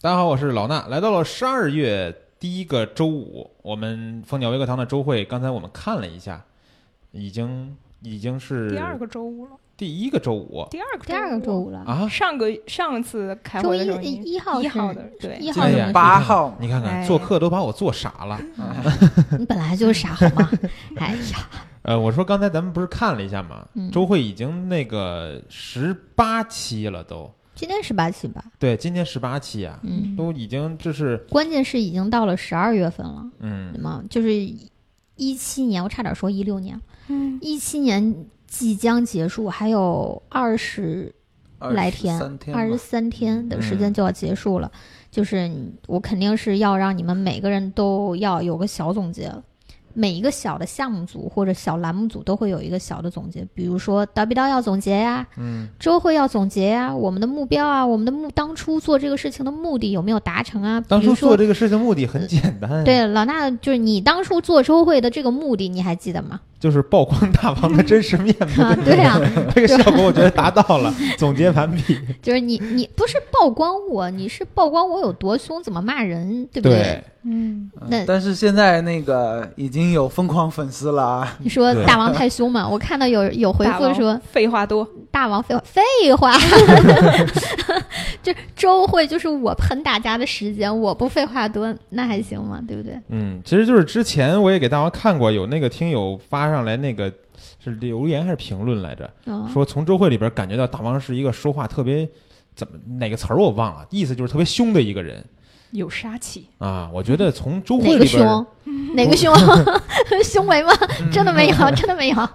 大家好，我是老衲。来到了十二月第一个周五，我们蜂鸟微课堂的周会，刚才我们看了一下，已经已经是第二个周五了，第一个周五第二个第二个周五了，啊！上个上次开周会啊一的时候已经一号一是号的对一今号天是也没八事号你看看，哎做客都把我做傻了。你嗯本来就傻好 吗？哎呀，呃，我说刚才咱们不是看了一下嘛，嗯周会已经那个十八期了都，今天十八期吧，对，今天十八期啊，嗯，都已经这是关键是已经到了十二月份了，嗯对吗？就是一七年，我差点说一六年，嗯一七年即将结束，还有二十来天三天吧，嗯二十三天的时间就要结束了。就是你我肯定是要让你们每个人都要有个小总结，每一个小的项目组或者小栏目组都会有一个小的总结，比如说叨逼叨要总结呀、嗯周会要总结呀、我们的目标啊，我们的目当初做这个事情的目的有没有达成啊？当比初如做说，这个事情目的很简单，，对老衲就是你当初做周会的这个目的，你还记得吗？ 就是曝光大王的真实面目。啊， 对啊，这个效果我觉得达到了，总结完毕。就是你你不是曝光我，你是曝光我有多凶，怎么骂人，对不对？嗯，嗯那但是现在那个已经有疯狂粉丝了啊！你嗯说对大王太凶嘛？我看到有有回大复王说，废话多，大王废 话，废话，就周会就是我喷大家的时间，我不废话多，那还行吗？对不对？嗯，其实就是之前我也给大王看过，有那个听友发上来那个是留言还是评论来着，嗯，说从周会里边感觉到大王是一个说话特别怎么哪个词儿我忘了，意思就是特别凶的一个人有杀气，啊。我觉得从周会哪个里边凶？哪个凶？ 胸围吗？真的没有，嗯真的没有。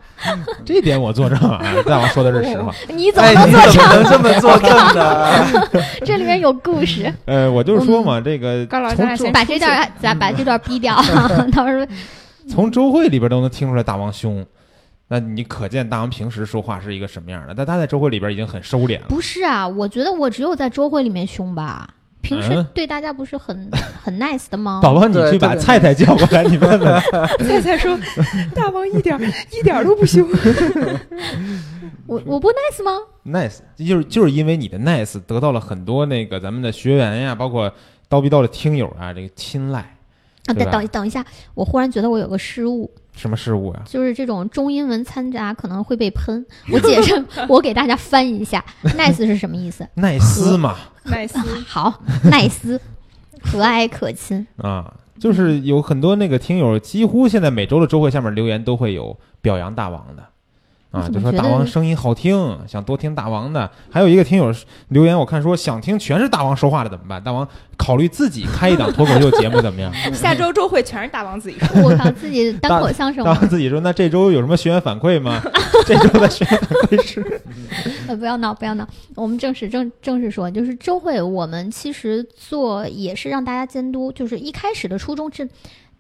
这点我作证 啊，大王说的是实话。你怎么哎，能你做怎么成？能这么 作证呢？这里面有故事。呃，我就是说嗯嘛，这个高老师咱俩从周嗯先把这段咱把这段逼掉，嗯 到时候从周会里边都能听出来大王凶。那你可见大王平时说话是一个什么样的？但他在周会里边已经很收敛了。不是啊？我觉得我只有在周会里面凶吧，平时嗯对大家不是很很 nice 的吗？宝宝，你去对对把对菜菜叫过来，你问问。菜菜 说大王一点一点都不凶，我我不 nice 吗？ nice，就是就是因为你的 nice 得到了很多那个咱们的学员呀，包括叨逼叨的听友啊，这个青睐。啊，对等吧等等一下，我忽然觉得我有个失误，什么事物呀、啊就是这种中英文掺杂可能会 被喷。我解释，我给大家翻译一下，nice 是什么意思？ 耐思嘛，耐斯好，耐斯，和蔼可亲。 啊，就是有很多那个听友，几乎现在每周的周会下面留言都会有表扬大王的，啊，我就怎么说觉大得王声音好听，想多听大王的。还有一个听友留言，我看说想听全是大王说话的怎么办？大王考虑自己开一档脱口秀节目怎么 样？下周周会全是大王自己说，我靠，自己单口相声大吗？王自己说，那这周有什么学员反馈吗？ 这周的学员反馈是。 呃，不要闹，不要闹。我们正式正正式说，就是周会，我们其实做也是让大家监督，就是一开始的初衷是，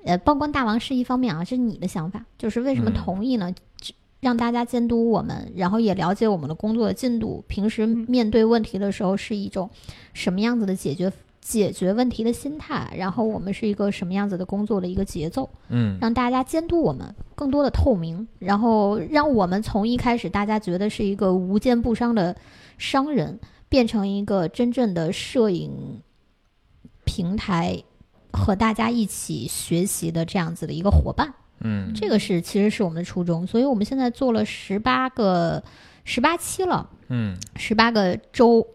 呃，曝光大王是一方面啊，这是你的想法，就是为什么嗯同意呢？只让大家监督我们，然后也了解我们的工作的进度，平时嗯面对问题的时候是一种什么样子的解决解决问题的心态，然后我们是一个什么样子的工作的一个节奏。嗯，让大家监督我们，更多的透明，然后让我们从一开始大家觉得是一个无奸不商的商人，变成一个真正的摄影平台和大家一起学习的这样子的一个伙伴。嗯这个是其实是我们的初衷，所以我们现在做了十八个十八期了，嗯，十八个周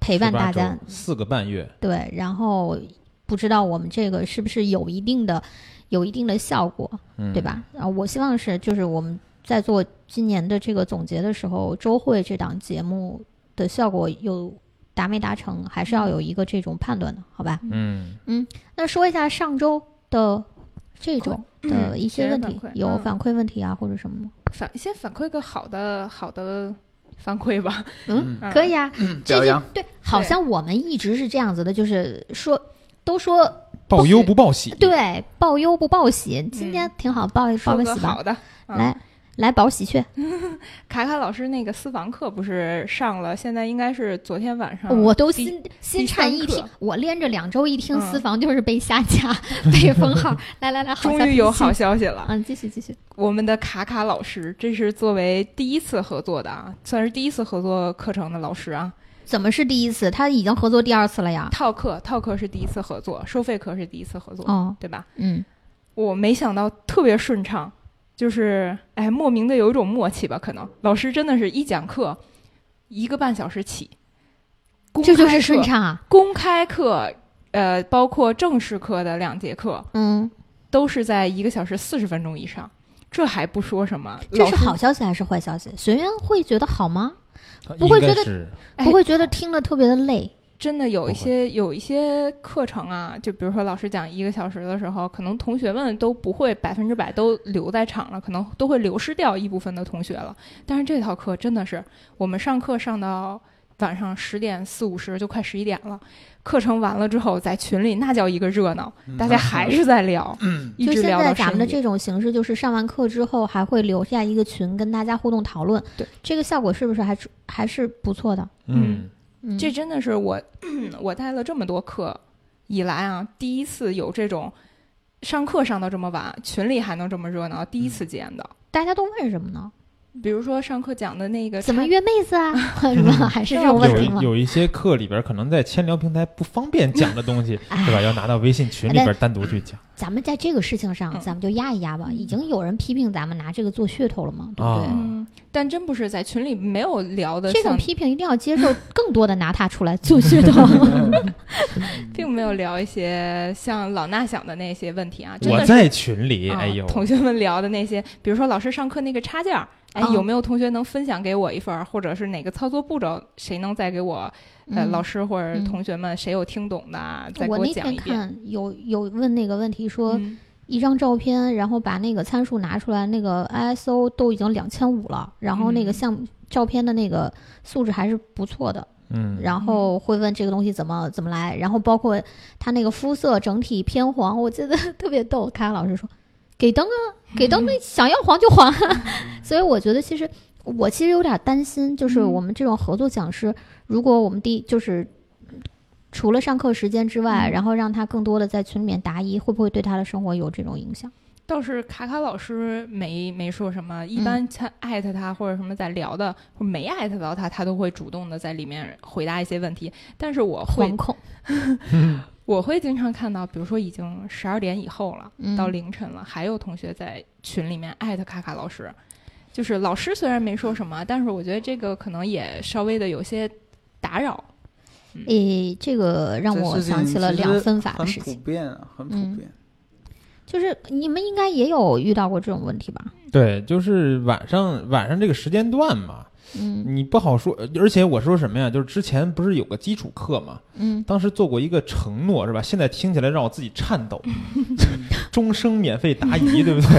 陪伴18大家周，四个半月，对，然后不知道我们这个是不是有一定的有一定的效果。嗯，对？吧？啊，我希望是，就是我们在做今年的这个总结的时候，周会这档节目的效果有达没达成，还是要有一个这种判断的，好吧？嗯那说一下上周的这种的一些问别题，人反馈有嗯反馈问题啊，或者什么吗？反先反馈个好的好的反馈吧，嗯，嗯可以啊，这表是扬对，好对像我们一直是这样子的，就是说。都说报忧不报喜，，对，报忧不报喜，今天挺好，报一报嗯说个个喜吧好，的。嗯来来保喜鹊，卡卡老师那个私房课不是上了，现在应该是昨天晚上，我都嗯第心心第颤三一课听，我连着两周一听私嗯房就是被下架、被封号。来来来，好终消于息有好，消息了。嗯，继续继续，我们的卡卡老师，这是作为第一次合作的啊，算是第一次合作课程的老师啊。怎么是第一次？他已经合作第二次了呀。套课套课是第一次合作，收费课是第一次合作，哦，对吧？嗯，我没想到特别顺畅，就是哎，莫名的有一种默契吧，可能老师真的是一讲课一个半小时起，公这就开是顺课畅啊。公开课，呃，包括正式课的两节课，嗯，都是在一个小时四十分钟以上，这还不说什么。这老是师好消息还是坏消息？学员会觉得好吗？不应会该觉得是哎不会觉得听了特别的累？真的有一不会些有一些课程啊，就比如说老师讲一个小时的时候，可能同学们都不会百分之百都留在场了，可能都会流失掉一部分的同学了。但是这套课真的是我们上课上到晚上十点四五十，就快十一点了。课程完了之后，在群里那叫一个热闹，嗯大家还是在聊，一就直现聊到在咱们的深夜。这种形式，就是上完课之后还会留下一个群跟大家互动讨论。对，这个效果是不是还是还是不错的？嗯嗯，这真的是我 我带了这么多课以来啊，第一次有这种上课上到这么晚，群里还能这么热闹，嗯第一次见到。大家都问什么呢？比如说上课讲的那个怎么插约妹子 啊？什么还是这种问题吗有？有一些课里边可能在千聊平台不方便讲的东 西，哎对吧？要拿到微信群里边单独去讲。咱们在这个事情上，嗯咱们就压一压吧。嗯已经有人批评咱们拿这个做噱头了嘛，对不对？啊嗯，但真不是在群里没有聊的这像种批评一定要接受，更多的拿它出来做噱 头。嗯并没有聊一些像老衲想的那些问题啊，真我的是。在群里，啊哎呦，同学们聊的那些，比如说老师上课那个插件儿，哎，哦有没有同学能分享给我一份儿，或者是哪个操作步骤，谁能再给我，呃，嗯老师或者嗯同学们谁有听懂的啊，再给我那讲天一遍。看有有问那个问题说，嗯一张照片，然后把那个参数拿出来，那个 ISO 都已经两千五了，然后那嗯个像照片的那个素质还是不错的，嗯，然后会问这个东西怎么怎么来，然后包括它那个肤色整体偏黄，我记得 特别逗，凯凯老师说给灯啊，给 灯，那想要黄就黄，啊嗯 所以我觉得其实我其实有点担心，就是嗯我们这种合作讲师，如果我们第一就是。除了上课时间之嗯外，然后让他更多的在群里面答疑，会不会对他的生活有这种影响？倒是卡卡老师没没说什么，一般他艾特他或者什么在聊的，或者没艾特到他，他都会主动的在里面回答一些问题。但是我会惶恐，我会经常看到，比如说已经十二点以后了，嗯到凌晨了，还有同学在群里面艾特卡卡老师。就是老师虽然没说什么，但是我觉得这个可能也稍微的有些打扰。诶，这个让嗯这我事情想起了其实两分法的很事普情，遍啊，很普嗯 遍。就是你们应该也有遇到过这种问题吧？对，就是晚上晚上这个时间段嘛，嗯你不好说。呃而且我说什么呀？就是之前不是有个基础课嘛，嗯，当时做过一个承诺是吧？现在听起来让我自己颤 抖，嗯终生免费答疑，对不对？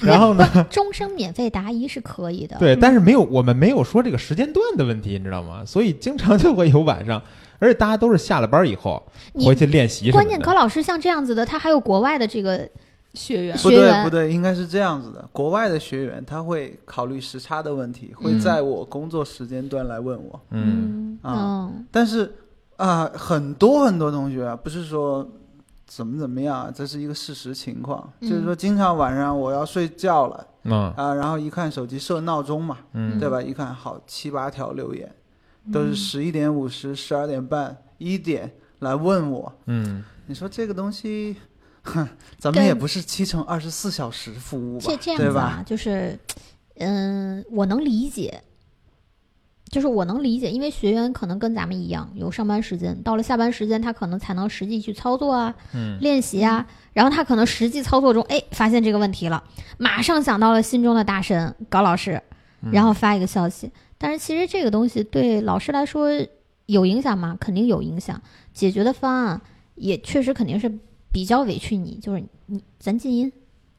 然后呢？终生免费答疑是可以的。对，嗯但是没有，我们没有说这个时间段的问题，你知道吗？所以经常就会有晚上，而且大家都是下了班以后你回去练习什么关的。键高老师像这样子的，他还有国外的这个，学员学不员对不对，应该是这样子的。国外的学员他会考虑时差的问题，会嗯在我工作时间段来问我。嗯，啊嗯但是啊、很多很多同学啊，不是说怎么怎么样啊，这是一个事实情况，嗯就是说经常晚上我要睡觉了嗯啊、然后一看手机设闹钟嘛，嗯对吧？一看好七八条留言，都是十一点五十、十二点半、一点来问我，嗯，你说这个东西。哼，咱们也跟不是七乘二十四小时服务吧这，这样对子吧？啊，就是，嗯，我能理解，就是我能理解，因为学员可能跟咱们一样有上班时间，到了下班时间，他可能才能实际去操作啊，嗯练习啊，然后他可能实际操作中，哎，发现这个问题了，马上想到了心中的大神高老师，嗯然后发一个消息。但是其实这个东西对老师来说有影响吗？肯定有影响，解决的方案也确实肯定是比较委屈你，就是你咱静音。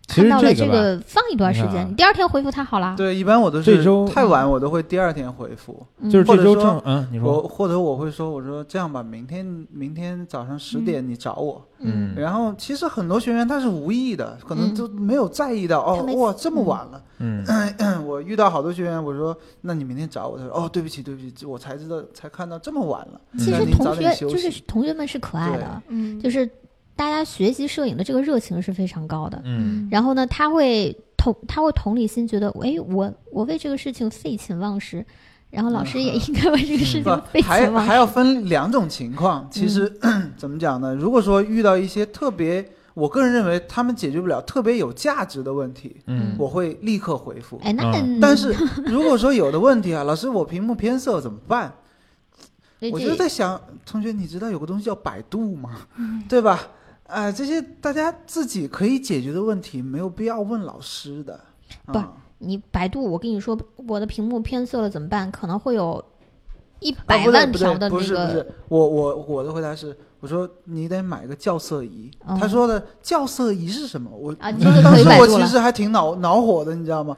其实看到了这这个吧个放一段时你看间，啊你第二天回复他好啦。对，一般我都这是周太晚，我都会第二天回复。嗯就是这周或者说正嗯，你说我或者我会说，我说这样吧，明天明天早上十点你找我。嗯然后其实很多学员他是无意的，可嗯能就没有在意到、他没哦，哇这么晚了。嗯，我遇到好多学员，我说那你明天找我，他说哦对不起对不起，我才知道才看到这么晚了。嗯其那实您同早学点休就息是同学们是可爱的，嗯，就是大家学习摄影的这个热情是非常高的。嗯，然后呢，他会同他会同理心，觉得哎，我我为这个事情废寝忘食，然后老师嗯也应该为这个事情不费还钱嘛。还要分两种情嗯况。其实、 怎么讲呢？如果说遇到一些特别，我个人认为他们解决不了特别有价值的问题，嗯我会立刻回复。哎，那、嗯但是如果说有的问题啊，老 师我屏幕偏色怎么办？对我这就在想，同学，你知道有个东西叫百度吗？嗯对吧？啊、这些大家自己可以解决的问题，没有必要问老师的。不啊你百度，我跟你说，我的屏幕偏色了怎么办？可能会有一啊百万条的不那是不是个，不是，我我我的回答是，我说你得买个校色仪。哦他说的校色仪是什么？我啊你这个当可以时百我度其了实还挺恼恼火的，你知道吗？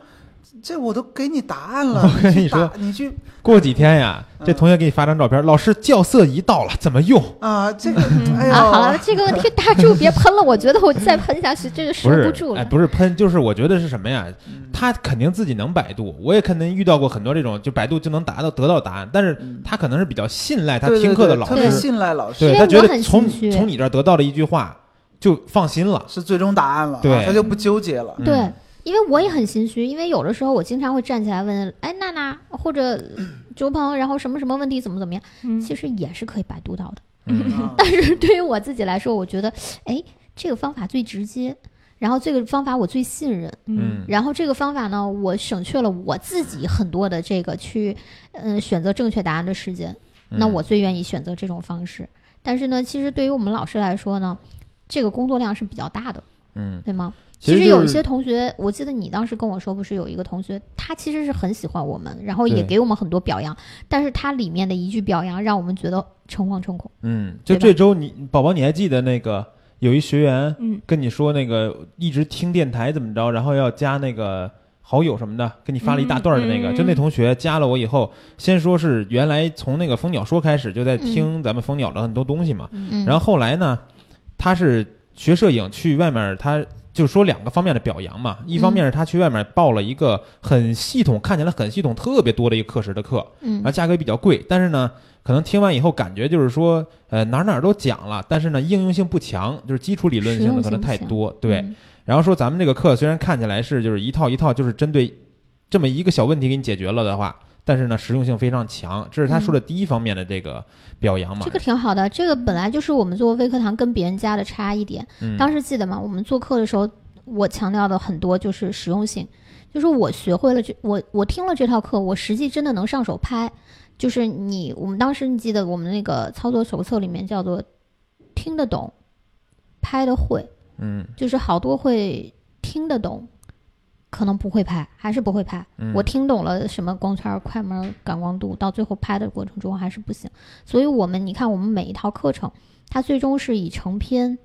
这我都给你答案了， 我跟你你去说打，你去过几天呀，这嗯同学给你发张照片，老师校色仪到了，怎么用？啊，这个嗯 哎呦，啊，好了，这个问题大柱别喷了，我觉得我再喷下去这就收不是住，了。哎，不是喷，就是我觉得是什么呀？嗯他肯定自己能百度，我也肯定遇到过很多这种，就百度就能达到得到答案，但是嗯他可能是比较信赖他对对听课的对老特别师，信赖老师，对因为他我觉得很从心虚从你这儿得到了一句话就放心了。是最终答案了，啊对他就不纠结了。嗯对，因为我也很心虚，因为有的时候我经常会站起来问，哎，娜娜或 者周鹏，然后什么什么问题怎么怎么样，嗯其实也是可以百度到的。嗯， 啊 但是对于我自己来说，我觉得，哎，这个方法最直接，然后这个方法我最信任，嗯然后这个方法呢，我省去了我自己很多的这个去，嗯、选择正确答案的时间。 那嗯我最愿意选择这种方式。但是呢，其实对于我们老师来说呢，这个工作量是比较大的，嗯，对吗？其实实就有一是些同学，我记得你当时跟我说，不是有一个同学，他其实是很喜欢我们，然后对也给我们很多表扬，但是他里面的一句表扬让我们觉得诚惶诚恐。嗯，就对吧这周你宝宝你还记得那个有一学员嗯跟你说那个一直听电台怎么着，然后要加那个好友什么的，给你发了一大段的那个，嗯嗯就那同学加了我以后，先说是原来从那个蜂鸟说开始就在听咱们蜂鸟的很多东西嘛，嗯，然后后后来呢，他是学摄影去外面，他就说两个方面的表扬嗯嘛，一方面是他去外面报了一个很系统，看起来很系统，特别多的一个课时的课，嗯然后价格也比较贵，但是呢。可能听完以后感觉就是说，呃，哪儿哪儿都讲了，但是呢，应用性不强，就是基础理论性的可能太多。对，，嗯然后说咱们这个课虽然看起来是就是一套一套，就是针对这么一个小问题给你解决了的话，但是呢，实用性非常强。这是他说的第一方面的这个表扬嘛。嗯这个挺好的，这个本来就是我们做微课堂跟别人家的差异点。嗯，当时记得吗？我们做课的时候，我强调的很多就是实用性，就是我学会了这，我我听了这套课，我实际真的能上手拍。就是你，我们当时你记得我们那个操作手册里面叫做听得懂，拍得会，嗯就是好多会听得懂，可能不会拍，还是不会拍。嗯，我听懂了什么光圈、快门、感光度，到最后拍的过程中还是不行。所以，我们你看，我们每一套课程，它最终是以成片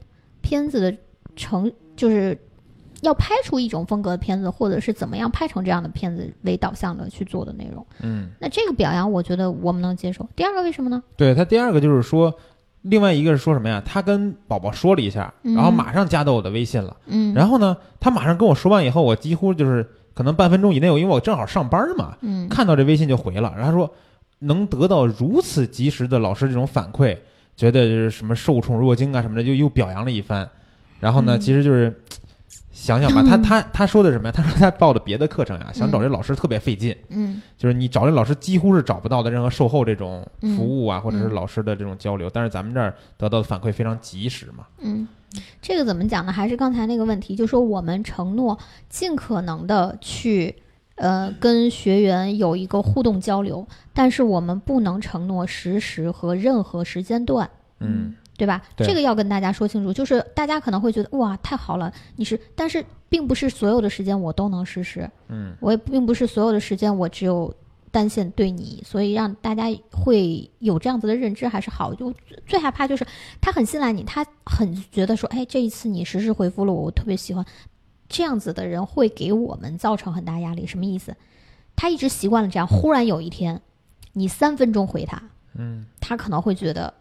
片子的成，就是要拍出一种风格的片子，或者是怎么样拍成这样的片子为导向的去做的内容。嗯。那这个表扬，我觉得我们能接受。第二个，为什么呢？对他第二个就是说，另外一个是说什么呀？他跟宝宝说了一下，嗯然后马上加到我的微信了。嗯，然后呢，他马上跟我说完以后，我几乎就是可能半分钟以内，因为我正好上班嘛，嗯，看到这微信就回了。然后他说，能得到如此及时的老师这种反馈，觉得就是什么受宠若惊啊什么的，就又表扬了一番。然后呢，嗯其实就是。嘖想想吧，嗯他他他说的什么呀？他说他报的别的课程呀，想找这老师特别费劲，嗯就是你找这老师几乎是找不到的任何售后这种服务啊，或者是嗯老师的这种交流，但是咱们这儿得到的反馈非常及时嘛。嗯，这个怎么讲呢？还是刚才那个问题，就说我们承诺尽可能的去，呃，跟学员有一个互动交流，但是我们不能承诺实时和任何时间段。嗯对吧？对这个要跟大家说清楚，就是大家可能会觉得哇，太好了，你是，但是并不是所有的时间我都能实施，嗯我也并不是所有的时间我只有单线对你，所以让大家会有这样子的认知还是好。就最最害怕就是他很信赖你，他很觉得说，哎，这一次你实时回复了我，我特别喜欢。这样子的人会给我们造成很大压力，什么意思？他一直习惯了这样，忽然有一天，你三分钟回他，嗯他可能会觉得，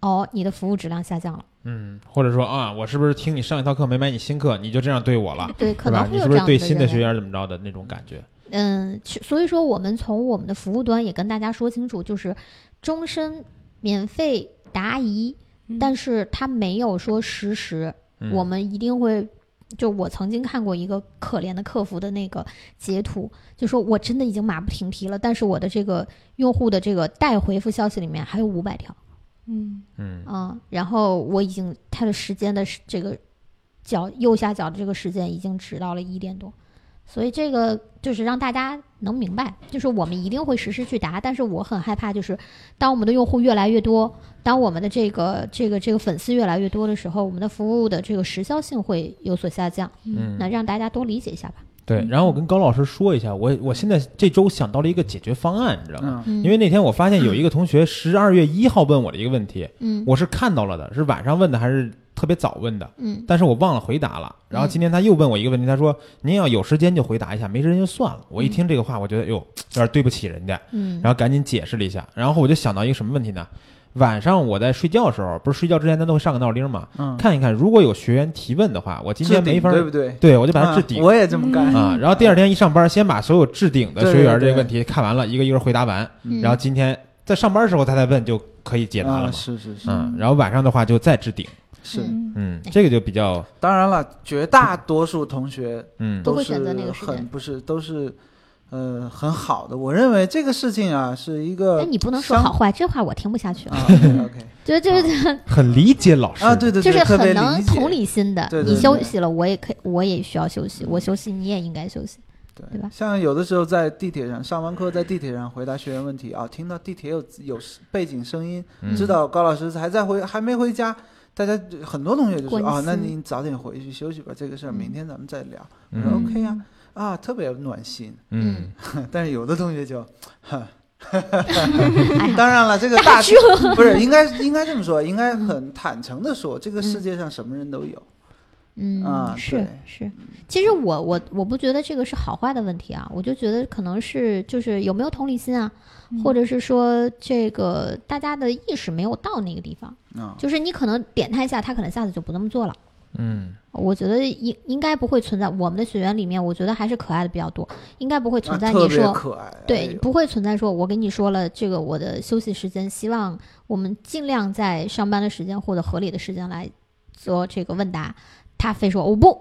哦，你的服务质量下降了。嗯，或者说啊，我是不是听你上一套课没买你新课，你就这样对我了，对，是嗯可吧能？会你有是这不是样对的新的人啊学员怎么着的那种感觉？嗯，去所以说我们从我们的服务端也跟大家说清楚，就是终身免费嗯答疑，但是它没有说实时，嗯我们一定会就我曾经看过一个可怜的客服的那个截图，就说我真的已经马不停蹄了，但是我的这个用户的这个待回复消息里面还有五百条嗯嗯啊、然后我已经它的时间的时这个角右下角的这个时间已经指到了一点多，所以这个就是让大家能明白，就是我们一定会实时去答，但是我很害怕，就是当我们的用户越来越多，当我们的这个这个这个粉丝越来越多的时候，我们的服务的这个时效性会有所下降。嗯，那嗯让大家多理解一下吧。对。然后我跟高老师说一下，我我现在这周想到了一个解决方案，你知道吗？嗯，嗯因为那天我发现有一个同学十二月一号问我的一个问题，嗯我是看到了的，是晚上问的还是特别早问的？嗯但是我忘了回答了。嗯然后今天他又问我一个问题，他说：“您要有时间就回答一下，没时间就算嗯了。”我一听这个话，我觉得哟，哎有点对不起人家，嗯然后赶紧解释了一下。然后我就想到一个什么问题呢？晚上我在睡觉的时候，不是睡觉之前咱都会上个闹铃吗？嗯，看一看，如果有学员提问的话，我今天置顶没法，对不对？对我就把它置啊顶我也这么嗯干。啊。然后第二天一上班，先把所有置顶的对学员这对个问题看完了，一个一个回答完。嗯然后今天在上班的时候他再问就可以解答了啊嘛。是是哎是嗯，然后晚上的话就再置顶。是，嗯嗯，这个就比较当然了，绝大多数同学嗯都都会是选择那个时间很不是都是，呃，很好的。我认为这个事情啊是一个那相，哎你不能说好坏，这话我听不下去了。啊，OK 就啊就很理解老师啊，对对就对，是特很别能理解同理心的。对对对你休息了，我也可以，我也需要休息。我休息，你也应该休息。对吧对，像有的时候在地铁上上完课，在地铁上回答学员问题啊，听到地铁有有背景声音，嗯知道高老师还在回还没回家，大家就很多同学就说关啊，那心嗯您早点回去休息吧，这个事儿明天咱们再聊。我说嗯 OK 呀，啊，特别暖心。 嗯但是有的同学就，哼哎， 当然了，这个 大大不是应该应该这么说，应该很坦诚的说，这个世界上什么人都有。嗯啊，是对是。其实我我我不觉得这个是好坏的问题啊，我就觉得可能是就是有没有同理心啊，嗯或者是说这个大家的意识没有到那个地方，啊，就是你可能点他一下，他可能下次就不那么做了。嗯我觉得应应该不会存在我们的学员里面，我觉得还是可爱的比较多，应该不会存啊在特你别说、可爱，哎对，呦不会存在说我跟你说了这个我的休息时间，希望我们尽量在上班的时间或者合理的时间来做这个问答，他非说我哦不。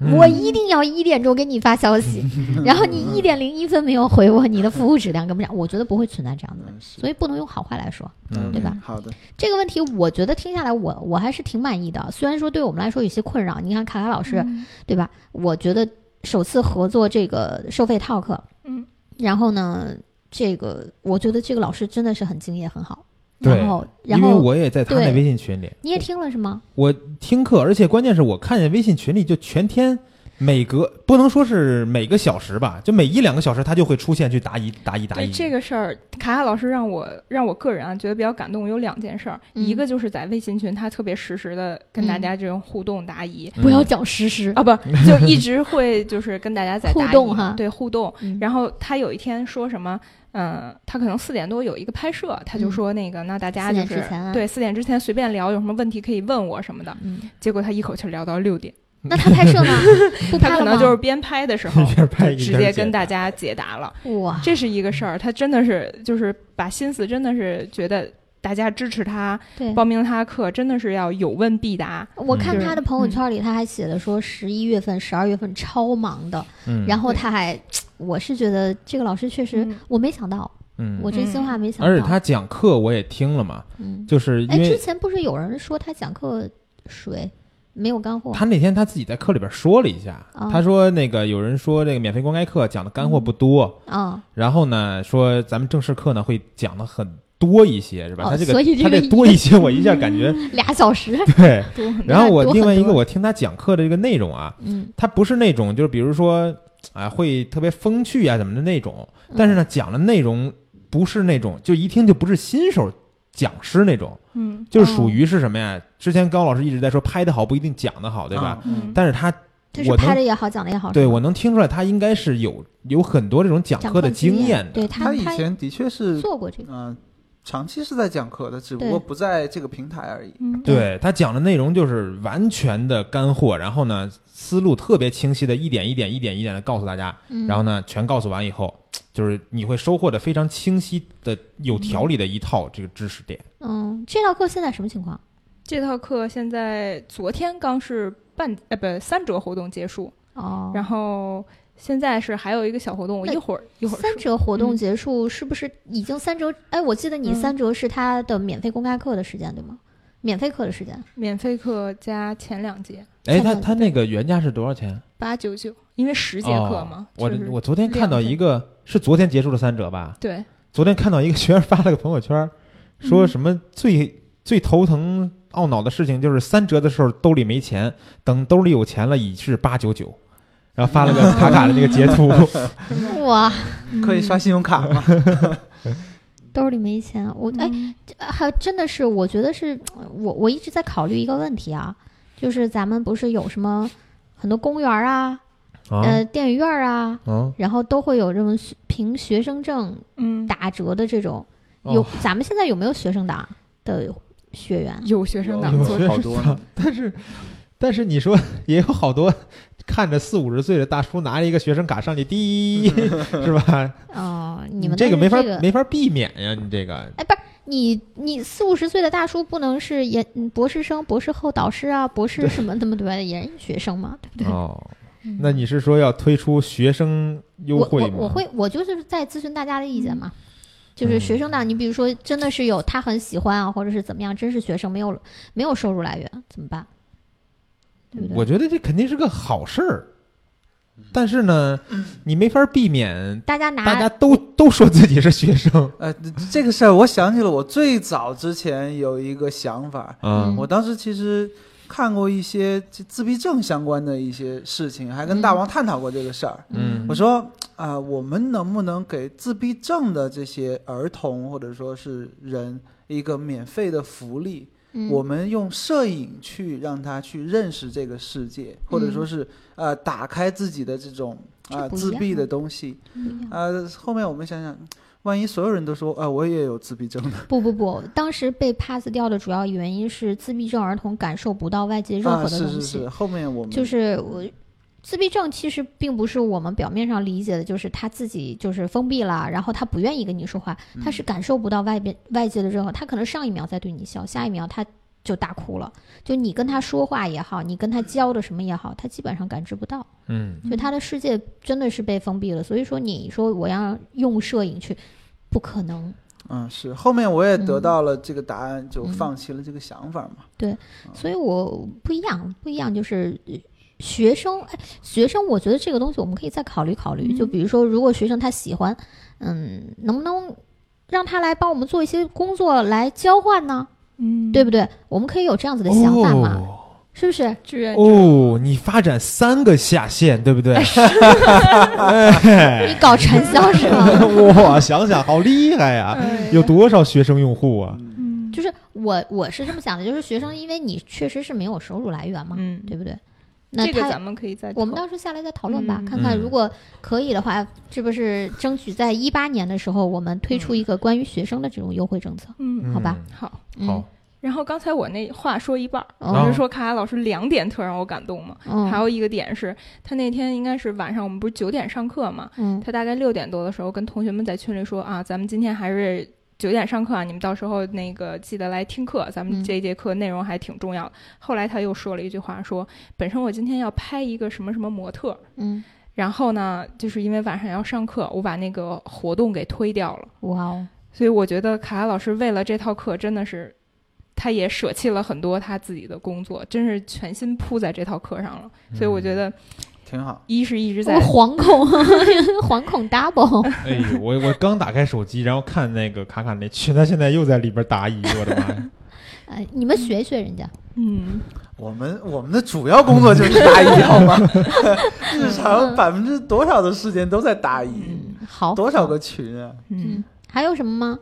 嗯我一定要一点钟给你发消息，然后你一点零一分没有回我，你的服务质量跟不上。我觉得不会存在这样的问嗯题，是所以不能用好坏来说。嗯对吧嗯好的，这个问题，我觉得听下来我，我还是挺满意的。虽然说对我们来说有些困扰，你看卡卡老师，嗯嗯对吧？我觉得首次合作这个收费 talk，嗯，然后呢，这个我觉得这个老师真的是很敬业，很好。对然后，然因为后我也在他那对微信群里，你也听了是吗？我听课，而且关键是我看见微信群里就全天。每隔不能说是每个小时吧，就每一两个小时，他就会出现去答疑答疑答对疑。这个事儿，卡卡老师让我让我个人啊觉得比较感动，有两件事儿，嗯一个就是在微信群，他特别实时的跟大嗯家这种互动答疑、嗯不要讲实 时，啊，不就一直会就是跟大家在互答疑动哈对互动。嗯然后他有一天说什么，嗯、他可能四点多有一个拍摄，他就嗯说那个、那大家4就点是之前啊对四点之前随便聊，有什么问题可以问我什么的。嗯，结果他一口气聊到六点，那他拍摄呢？ 不他拍可了吗？能就是边拍的 时候一边拍就一直边接解跟答大家解答了。哇，这是一个事儿，他真的是就是把心思，真的是觉得大家支持他，对。报名他课，真的是要有问必答。我嗯看就是他的朋友圈里，他还写的说十一月份、十二月份超忙的，嗯，然后后他还，我是觉得这个老师确实，嗯我没想到，嗯，我真心话没想到。而且他讲课我也听了嘛，嗯，就是哎，因之为前不是有人说他讲课水没有干货？他那天他自己在课里边说了一下，哦嗯他说那个有人说这个免费公开课讲的干货不多，啊，然后呢，说咱们正式课呢会讲的很多一些，是吧？哦他这个所以这他个 这多一些，我一下感觉俩小时，对。多很然后我多很另外一个多我听他讲课的这个内容啊，嗯，他不是那种就是比如说啊会特别风趣啊怎么的那种，嗯但是呢讲的内容不是那种就一听就不是新手讲师那种，嗯就是属于是什么哦呀？之前高老师一直在说拍的好不一定讲的好，对吧？啊？嗯，但是他我就哦是能拍的也好，讲的也好，对是吧我能听出来，他应该是有有很多这种讲讲啊课的经经验的对。他他以前的确是，做过这个，嗯，长期是在讲课的，只不对过不在这个平台而已。嗯，对他讲的内容就是完全的干货，然后呢思路特别清晰的，一点一点一点一点的告诉大家，嗯然后呢全告诉完以后，就是你会收获的非常清晰的、有条理的一套这个知识点。嗯，这道课现在什么情况？这套课现在昨天刚是半呃不三折活动结束，哦，然后现在是还有一个小活动，我那一会儿一会儿三说折活动嗯结束是不是已经三折？哎，我记得你嗯三折是他的免费公开课的时间对吗？免费课的时 间免费课加前两节哎，看他看他那个原价是多少钱？八九九，因为十节课嘛，哦、我就是我昨天看到一个，是昨天结束的三折吧？对昨天看到一个学员发了个朋友 圈，说什么最、最头疼懊恼的事情就是三折的时候兜里没钱，等兜里有钱了已是八九九，然后发了个卡卡的那个截 图，哇，嗯可以刷信用卡吗？兜里没钱，我哎，哎还真的是，我觉得是我我一直在考虑一个问题啊，就是咱们不是有什么很多公园啊，啊呃，电影院啊，啊，然后都会有这种学凭学生证嗯打折的这种，哦有咱们现在有没有学生党的学员？嗯有学生党有做学好生多党呢，但是但是你说也有好多看着四五十岁的大叔拿着一个学生卡上去 滴，是吧？哦、你们这个但是没法、这个没法避免呀，你这个哎，不是你，你四五十岁的大叔不能是研嗯博士生、博士后导师啊，博士对什么的么对吧？研学生嘛，对不对？ 哦。那你是说要推出学生优我惠我吗？我会我就是在咨询大家的意见嘛，就是嗯学生党，你比如说真的是有他很喜欢啊，或者是怎么样，真是学生没有没有收入来源怎么办？对嗯不我对？觉得这肯定是个好事儿，但是呢，你没法避免大家拿大家都都说自己是学生 呃，这个事儿我想起了，我最早之前有一个想法，啊嗯我当时其实看过一些这自闭症相关的一些事情，还嗯跟大王探讨过这个事儿。嗯我说啊、我们能不能给自闭症的这些儿童或者说是人一个免费的福利？嗯我们用摄影去让他去认识这个世界，或者说是呃打开自己的这种嗯啊、这不一自闭样的东西。嗯呃，后面我们想想，万一所有人都说啊、我也有自闭症呢？不不不，当时被 pass 掉的主要原因是自闭症儿童感受不到外界任啊，何的是东西，是是，后面我们就是我自闭症其实并不是我们表面上理解的，就是他自己就是封闭了，然后他不愿意跟你说话，他是感受不到外边外界的任何，他可能上一秒在对你笑，下一秒他就大哭了。就你跟他说话也好，你跟他教的什么也好，他基本上感知不到，嗯就他的世界真的是被封闭了。所以说，你说我要用摄影去，不可能。嗯，是后面我也嗯得到了这个答案，就嗯放弃了这个想法嘛。啊所以我不一样，不一样就是。呃学生，哎，学生，我觉得这个东西我们可以再考虑考嗯虑。就比如说，如果学生他喜欢，嗯，能不能让他来帮我们做一些工作来交换呢？嗯对不对？我们可以有这样子的想法嘛？哦是不是？志愿哦，你发展三个下线，对不哎对？你搞传销是 吗？ 哇，想想好厉害呀！哎有多少学生用户啊？嗯就是我我是这么想的，就是学生，因为你确实是没有收入来源嘛，嗯对不对？那这他个咱们可以再我们讨到时候下来再讨论吧，嗯看看嗯如果可以的话，是不是争取在一八年的时候，我们推出一个关于学生的这种优惠政策？嗯好吧好。嗯、好，然后刚才我那话说一半儿，哦我是说卡卡老师两点特让我感动嘛，嗯，还有一个点是他那天应该是晚上，我们不是九点上课嘛，嗯他大概六点多的时候跟同学们在群里说啊，咱们今天还是九点上课啊，你们到时候那个记得来听课，咱嗯们这一节课内容还挺重要的。后来他又说了一句话说，本身我今天要拍一个什么什么模特，嗯，然后呢，就是因为晚上要上课，我把那个活动给推掉了。哇哦，所以我觉得卡卡老师为了这套课真的是。他也舍弃了很多他自己的工作，真是全心扑在这套课上了。所以我觉得，挺好。一是一直在我哦惶恐， 惶恐 double，哎呦，我 我刚打开手机，然后看那个卡卡那群，他现在又在里边答疑，我的妈呀！哎，你们学一学人家，嗯，我们我们的主要工 作就是答疑，好吗？日常百分之多少的时间都在答疑，嗯，好，多少个群啊？嗯，还有什么吗？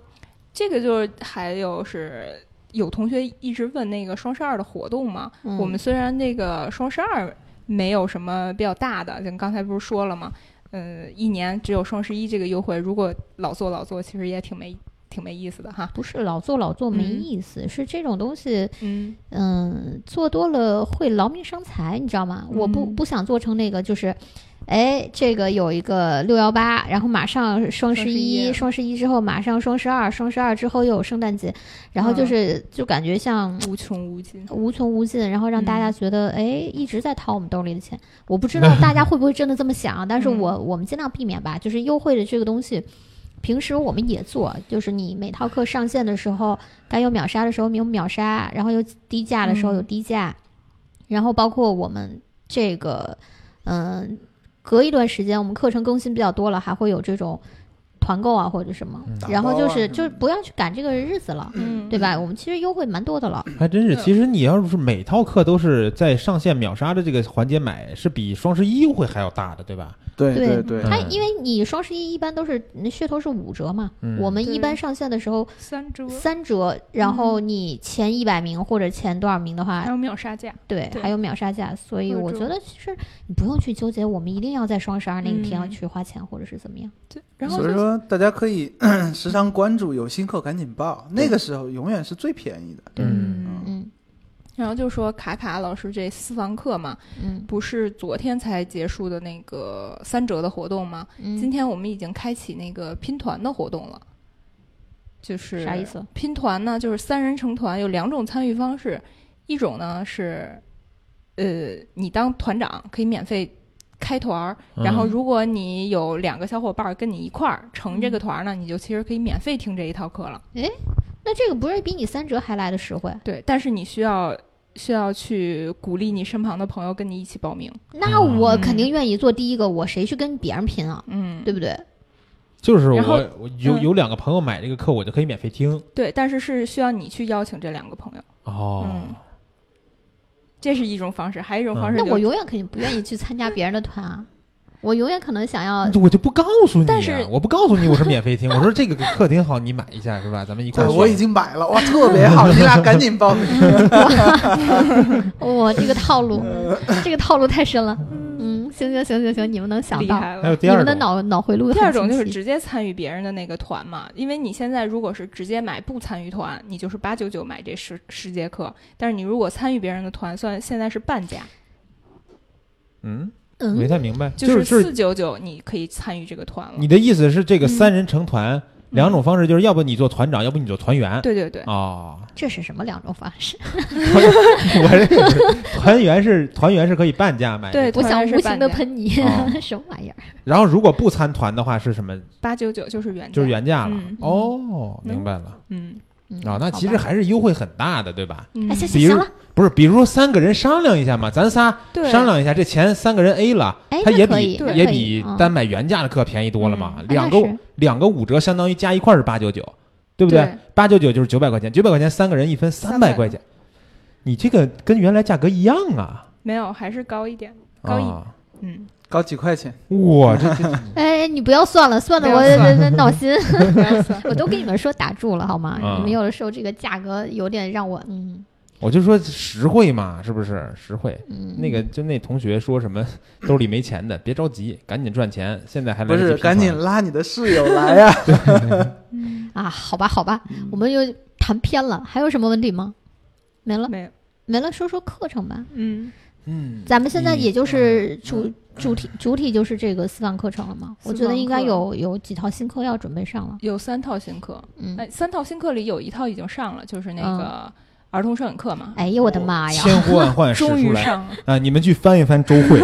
这个就是还有是有同学一直问那个双十二的活动嘛，嗯我们虽然那个双十二没有什么比较大的，就刚才不是说了嘛，呃，一年只有双十一这个优惠，如果老做老做，其实也挺没挺没意思的哈。不是老做老做没嗯意思，是这种东西，嗯嗯，做多了会劳民伤财，你知道吗？我不嗯不想做成那个就是。哎，这个有一个六幺八，然后马上双十一，双十一啊双十一之后马上双十二，双十二之后又有圣诞节，然后就是、就感觉像无穷无尽。无穷无尽，然后让大家嗯觉得哎、一直在掏我们兜里的钱。我不知道大家会不会真的这么想，啊但是嗯我、我们尽量避免吧。就是优惠的这个东西，平时我们也做，就是你每套课上线的时候，该有秒杀的时候有秒杀，然后有低价的时候有嗯低价，然后包括我们这个嗯。隔一段时间，我们课程更新比较多了，还会有这种团购啊或者什么，嗯打然后包就啊是什么就是不要去赶这个日子了，嗯，对吧？我们其实优惠蛮多的了。还真是。嗯其实你要是每套课都是在上线秒杀的这个环节买，是比双十一优惠还要大的，对吧？对对对嗯它因为你双十一一般都是那噱头是五折嘛，嗯我们一般对上线的时候三折，三折，然后你前一百名或者前多少名的还话，有秒杀价。对，嗯对还有秒杀价，所以或者我这觉得其实你不用去纠结，我们一定要在双十二那一天要嗯去花钱或者是怎么样。嗯对，然后所以就说大家可以 时常关注，有新课赶紧报，那个时候永远是最便宜的。嗯嗯然后就说卡卡老师这私房课嘛，嗯不是昨天才结束的那个三折的活动吗？今嗯，天我们已经开启那个拼团的活动了，就是啥意？思？拼团呢，就是三人成团，有两种参与方式，一种呢是，呃，你当团长可以免费开团儿，然后嗯如果你有两个小伙伴儿跟你一块儿成这个团儿呢，你就其实可以免费听这一套课了。那这个不是比你三折还来的实惠？对，但是你需要需要去鼓励你身旁的朋友跟你一起报名。那嗯我肯定愿意做第一个，我谁去跟别人拼啊？嗯，对不对？就是然后我我有嗯有两个朋友买这个课，我就可以免费听。对，但是是需要你去邀请这两个朋友。哦，嗯嗯，这是一种方式，还有一种方式、那就我永远肯定不愿意去参加别人的团啊，我永远可能想要我就不告诉你、啊，但是我不告诉你我是免费听，我说这个课挺好，你买一下是吧？咱们一块对，儿学。我已经买了，哇，特 别好，你俩赶紧报名。我、哦这个套路，嗯这个套路太深了。嗯，行行行行行，你们能想厉到，害了。还有第你二们的种，脑脑回路很第清晰。二种就是直接参与别人的那个团嘛，因为你现在如果是直接买不参与团，你就是八九九买这十十节课，但是你如果参与别人的团，算现在是半价，嗯，没嗯，太明白，就是是就是四九九你可以参与这个团了你。的意思是这个三人成团，嗯两种方式就是要不你做团长，要不你做团员。对对对，哦， 这是什么两种方式？我这团员是团员是可以半价买的。对我想团员是无情的半价喷你，哦 什么玩意儿？然后如果不参团的话是什么？八九九就是原价，就是原价了。嗯哦，嗯明白了。嗯嗯啊、那其好实吧还是优惠很大的，对吧？嗯哎，行比行如行了，不是，比如说三个人商量一下嘛，咱仨对商量一下，这钱三个人 A 了，哎他那也可比以那也可以比嗯单买原价的课便宜多了嘛。嗯哎两那个是两个五折，相当于加一块儿是八九九，对不对对？八九九就是九百块钱，九百块钱三个人一分三百300块钱，你这个跟原来价格一样啊没有还是高一点，高一啊！嗯，高几块钱？哇，这这哎，你不要算了，算的不我要算闹 心。不要 算我都跟你们说打住了好吗？嗯你们有的时候这个价格有点让我嗯我就说实惠嘛，是不是实惠？嗯那个就那同学说什么兜里没钱的，别着急，赶紧赚钱，现在还来不得及是，拼赶团紧拉你的室友来啊呀、嗯啊，好吧好吧，我们又谈偏了，还有什么问题吗？没了没有，没了，说说课程吧。嗯，嗯，咱们现在你也就是主主体主体就是这个私房课程了嘛，私我房觉得应该课有有几套新课要准备上了。有三套新课，嗯，哎，三套新课里有一套已经上了，就是那嗯个儿童摄影课嘛，哎哎呀，我的妈呀！千呼万 唤始终出于来上了，啊！你们去翻一翻周会，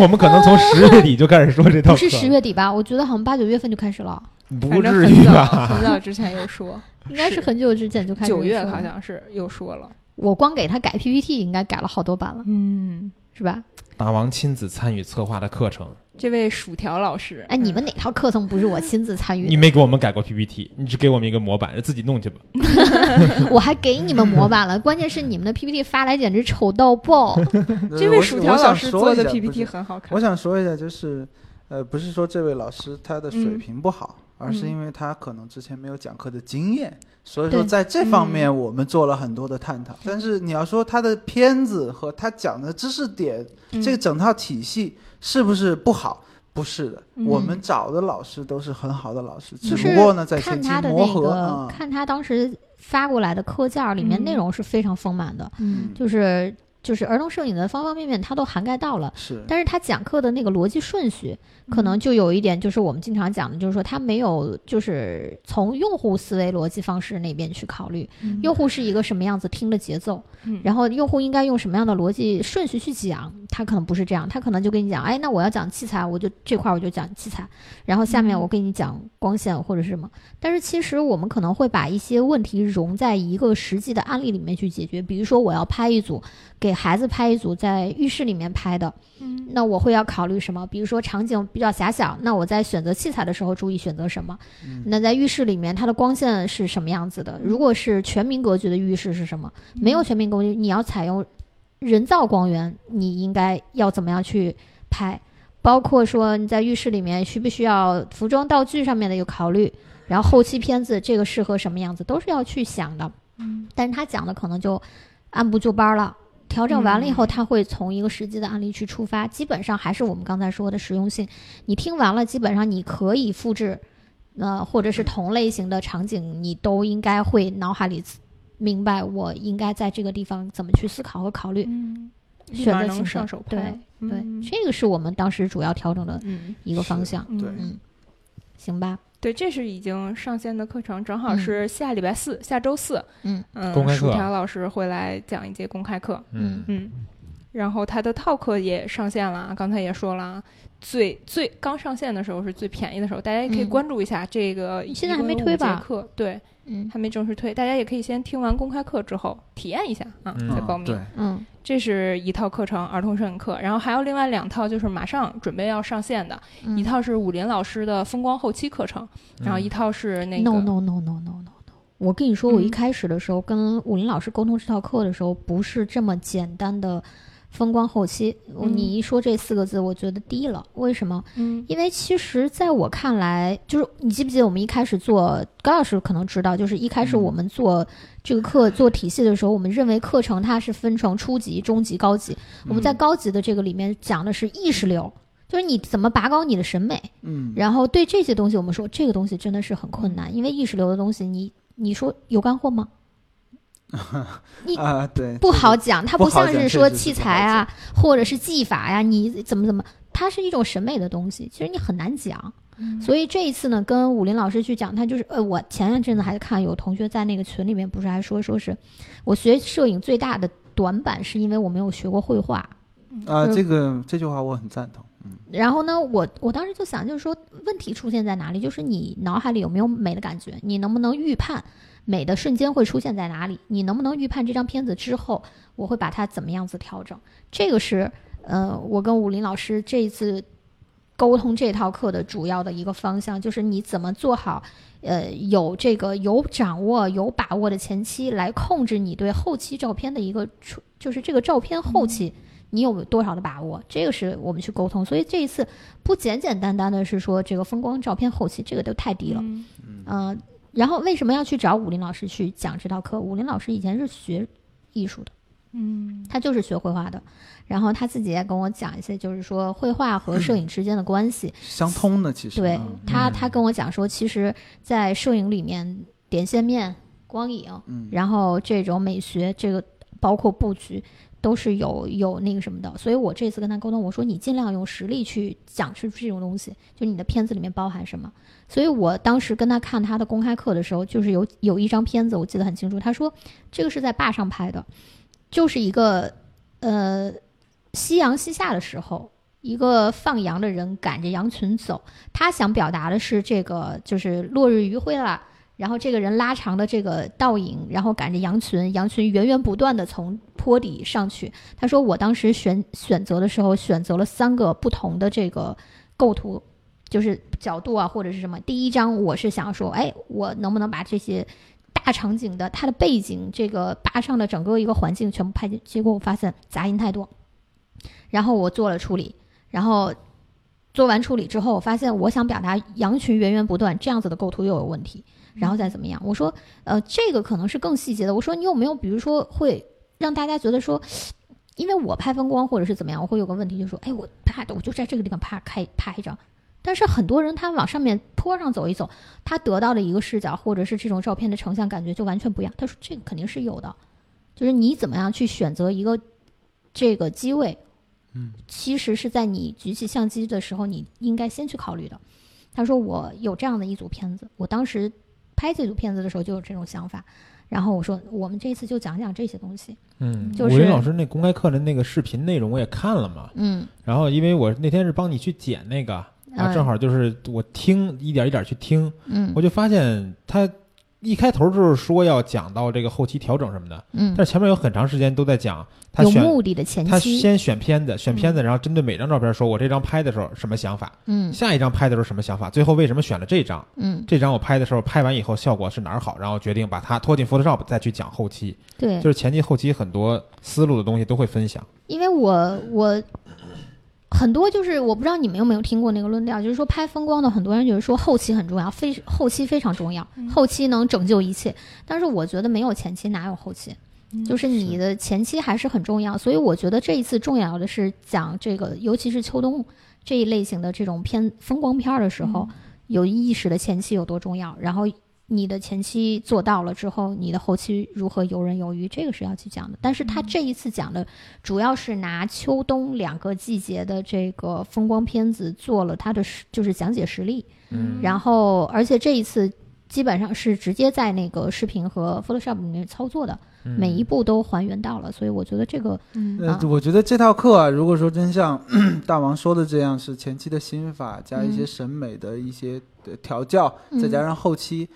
我们可能从十月底就开始说这套不课是，十月底吧？我觉得好像八九月份就开始了，不反正至很于啊早吧？很 早之前有说，应该是是很久之前就开始九月啊说了好。像是又说了，我光给他改 PPT 应该改了好多版了，嗯，是吧？大王亲自参与策划的课程，这位薯条老师，哎，你们哪套课程不是我亲自参与你的？没给我们改过 PPT，你只给我们一个模板，自己弄去吧。我还给你们模板了，关键是你们的 PPT 发来简直丑到爆。嗯 这位薯条老师做的 PPT 我想说一下不是很好看，我想说一下，就是，呃，不是说这位老师他的水嗯平不好，而是因为他可能之前没有讲课的经验，所以说嗯对嗯在这方面我们做了很多的探讨。但是你要说他的片子和他讲的知识点，嗯这个整套体系是不是不好？不是的，嗯我们找的老师都是很好的老师，就只是不过呢在看前期他的磨那合个啊，，看他当时发过来的课件儿里面嗯内容是非常丰满的，嗯就是就是儿童摄影的方方面面，它都涵盖到了。是，但是他讲课的那个逻辑顺序，嗯可能就有一点，就是我们经常讲的，就是说他没有，就是从用户思维逻辑方式那边去考虑，嗯用户是一个什么样子听的节奏，嗯然后用户应该用什么样的逻辑顺序去讲，他可能不是这样，他可能就跟你讲，哎，那我要讲器材，我就这块儿我就讲器材，然后下面嗯我跟你讲光线或者是什么。但是其实我们可能会把一些问题融在一个实际的案例里面去解决，比如说我要拍一组，给孩子拍一组在浴室里面拍的，嗯那我会要考虑什么？比如说场景比较狭小，那我在选择器材的时候注意选择什么？嗯，那在浴室里面，它的光线是什么样子的？如果是全民格局的浴室是什么？嗯没有全民格局，你要采用人造光源，你应该要怎么样去拍？包括说你在浴室里面需不需要服装道具上面的有考虑，然后后期片子这个适合什么样子，都是要去想的。嗯但是他讲的可能就按部就班儿了。调整完了以嗯后，他会从一个实际的案例去出发，基本上还是我们刚才说的实用性。你听完了，基本上你可以复制，呃，或者是同类型的场景，你都应该会脑海里明白我应该在这个地方怎么去思考和考虑。嗯，立选马择能性的上手对拍，对，嗯这个是我们当时主要调整的嗯一个方是向，对嗯，行吧？对，这是已经上线的课程，正好嗯是下礼拜四，下周四，嗯嗯，公开课薯条老师会来讲一节公开课，嗯嗯，然后他的套课也上线了啊，刚才也说了啊，最最刚上线的时候是最便宜的时候，大家也可以嗯关注一下这个一。现在还没推吧课对，嗯还没正式推，大家也可以先听完公开课之后体验一下啊，嗯再嗯报名。对，嗯这是一套课程，儿童摄影课，然后还有另外两套，就是马上准备要上线的，嗯一套是武林老师的风光后期课程，嗯然后一套是那个 no no no no no no no。我跟你说，我一嗯开始的时候跟武林老师沟通这套课的时候，不是这么简单的风光后期。我嗯你一说这四个字，我觉得低了。为什么？嗯因为其实在我看来，就是你记不记得我们一开始做高老师可能知道，就是一开始嗯我们做这个课做体系的时候，我们认为课程它是分成初级、中级、高级。我们在嗯高级的这个里面讲的是意识流，就是你怎么拔高你的审美。嗯，然后对这些东西，我们说这个东西真的是很困难，因为意识流的东西你，你说有干货吗？你啊，对，不这个好讲，它不好像讲是确说实是器不好材啊，或者是技法呀、你怎么怎么，它是一种审美的东西，其实你很难讲。嗯所以这一次呢，跟武林老师去讲，他就是呃，我前一阵子还看有同学在那个群里面不是还说，说是我学摄影最大的短板是因为我没有学过绘画，啊，嗯这个这句话我很赞同，嗯，然后呢，我我当时就想，就是说问题出现在哪里？就是你脑海里有没有美的感觉？你能不能预判美的瞬间会出现在哪里？你能不能预判这张片子之后我会把它怎么样子调整？这个是呃，我跟武林老师这一次沟通这套课的主要的一个方向，就是你怎么做好呃有这个有掌握有把握的前期来控制你对后期照片的一个出，就是这个照片后期。你有多少的把握？这个是我们去沟通，所以这一次不简简单单的是说这个风光照片后期，这个都太低了。嗯嗯、然后为什么要去找武林老师去讲这道课？武林老师以前是学艺术的，嗯他就是学绘画的，然后他自己也跟我讲一些，就是说绘画和摄影之间的关系。相通的其实，对嗯他，嗯他跟我讲说，其实，在摄影里面，点线面、光影，嗯，然后这种美学，这个包括布局，都是有有那个什么的。所以我这次跟他沟通，我说你尽量用实力去讲出这种东西，就你的片子里面包含什么。所以我当时跟他看他的公开课的时候，就是有有一张片子我记得很清楚，他说这个是在坝上拍的，就是一个呃夕阳西下的时候。一个放羊的人赶着羊群走，他想表达的是这个，就是落日余晖了，然后这个人拉长的这个倒影，然后赶着羊群，羊群源源不断的从坡底上去。他说我当时选选择的时候，选择了三个不同的这个构图，就是角度啊或者是什么。第一张我是想说，哎，我能不能把这些大场景的它的背景，这个坝上的整个一个环境全部拍进？结果我发现杂音太多，然后我做了处理，然后。做完处理之后，我发现我想表达羊群源源不断这样子的构图又有问题，然后再怎么样。我说，呃，这个可能是更细节的。我说，你有没有比如说会让大家觉得说，因为我拍风光或者是怎么样，我会有个问题，就是说，哎，我啪，我就在这个地方啪开拍一张。但是很多人他往上面坡上走一走，他得到的一个视角或者是这种照片的成像感觉就完全不一样。他说这个肯定是有的，就是你怎么样去选择一个这个机位，嗯，其实是在你举起相机的时候，你应该先去考虑的。他说我有这样的一组片子，我当时拍这组片子的时候就有这种想法，然后我说我们这次就讲讲这些东西，嗯，就武是林老师那公开课的那个视频内容我也看了嘛，嗯，然后因为我那天是帮你去剪那个，啊，嗯正好就是我听一点一点去听，嗯我就发现他一开头就是说要讲到这个后期调整什么的，嗯但，是前面有很长时间都在讲他有选目的的前他期，先选片子，选片子，然后针对每张照片说，我这张拍的时候什么想法，嗯下一张拍的时候什么想法，最后为什么选了这张，嗯，这张我拍的时候拍完以后效果是哪儿好，然后决定把它拖进 Photoshop 再去讲后期，对就，是前期后期很多思路的东西都会分享。因为我我很多就是我不知道你们有没有听过那个论调，就是说拍风光的很多人就是说后期很重要，非后期非常重要，嗯后期能拯救一切。但是我觉得没有前期哪有后期，嗯就是你的前期还是很重要。所以我觉得这一次重要的是讲这个，尤其是秋冬这一类型的这种片风光片儿的时嗯候，有意识的前期有多重要，然后。你的前期做到了之后，你的后期如何游刃有余，这个是要去讲的。但是他这一次讲的主要是拿秋冬两个季节的这个风光片子做了它的实就是讲解实例，嗯然后而且这一次基本上是直接在那个视频和 Photoshop 里面操作的，嗯每一步都还原到了，所以我觉得这个嗯呃啊，我觉得这套课啊，如果说真像 大王说的这样，是前期的心法加一些嗯审美的一些呃调教，嗯再加上后期，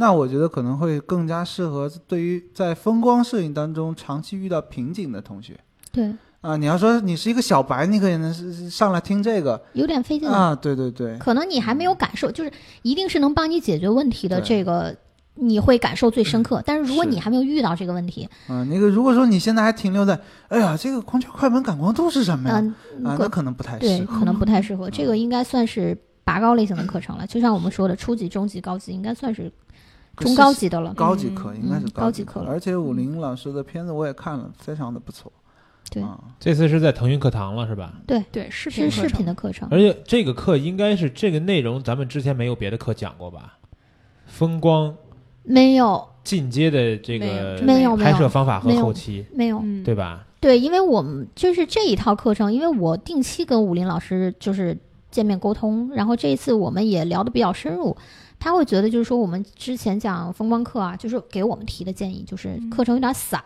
那我觉得可能会更加适合对于在风光摄影当中长期遇到瓶颈的同学对啊。你要说你是一个小白，你可能是是上来听这个有点费劲了，啊，对对对，可能你还没有感受，就是一定是能帮你解决问题的对这个。你会感受最深刻，但是如果是你还没有遇到这个问题，嗯、那个如果说你现在还停留在，哎呀，这个光圈、快门、感光度是什么呀？嗯，啊，可那可能不太对适，合。可能不太适合。这个应该算是拔高类型的课程了，就像我们说的，初级、中级、高级，应该算是中高级的了。高级课应该是嗯高高级课了嗯而且武林老师的片子我也看了，非常的不错。对啊这次是在腾讯课堂了，是吧？嗯对视频是视课程频的课程，而且这个课应该是这个内容，咱们之前没有别的课讲过吧？风光没有，进阶的这个没有，没拍摄有，方法和没有后期，没有。嗯对吧？对，因为我们就是这一套课程，因为我定期跟武林老师就是见面沟通，然后这一次我们也聊得比较深入。他会觉得就是说，我们之前讲风光课啊，就是给我们提的建议，就是嗯课程有点散，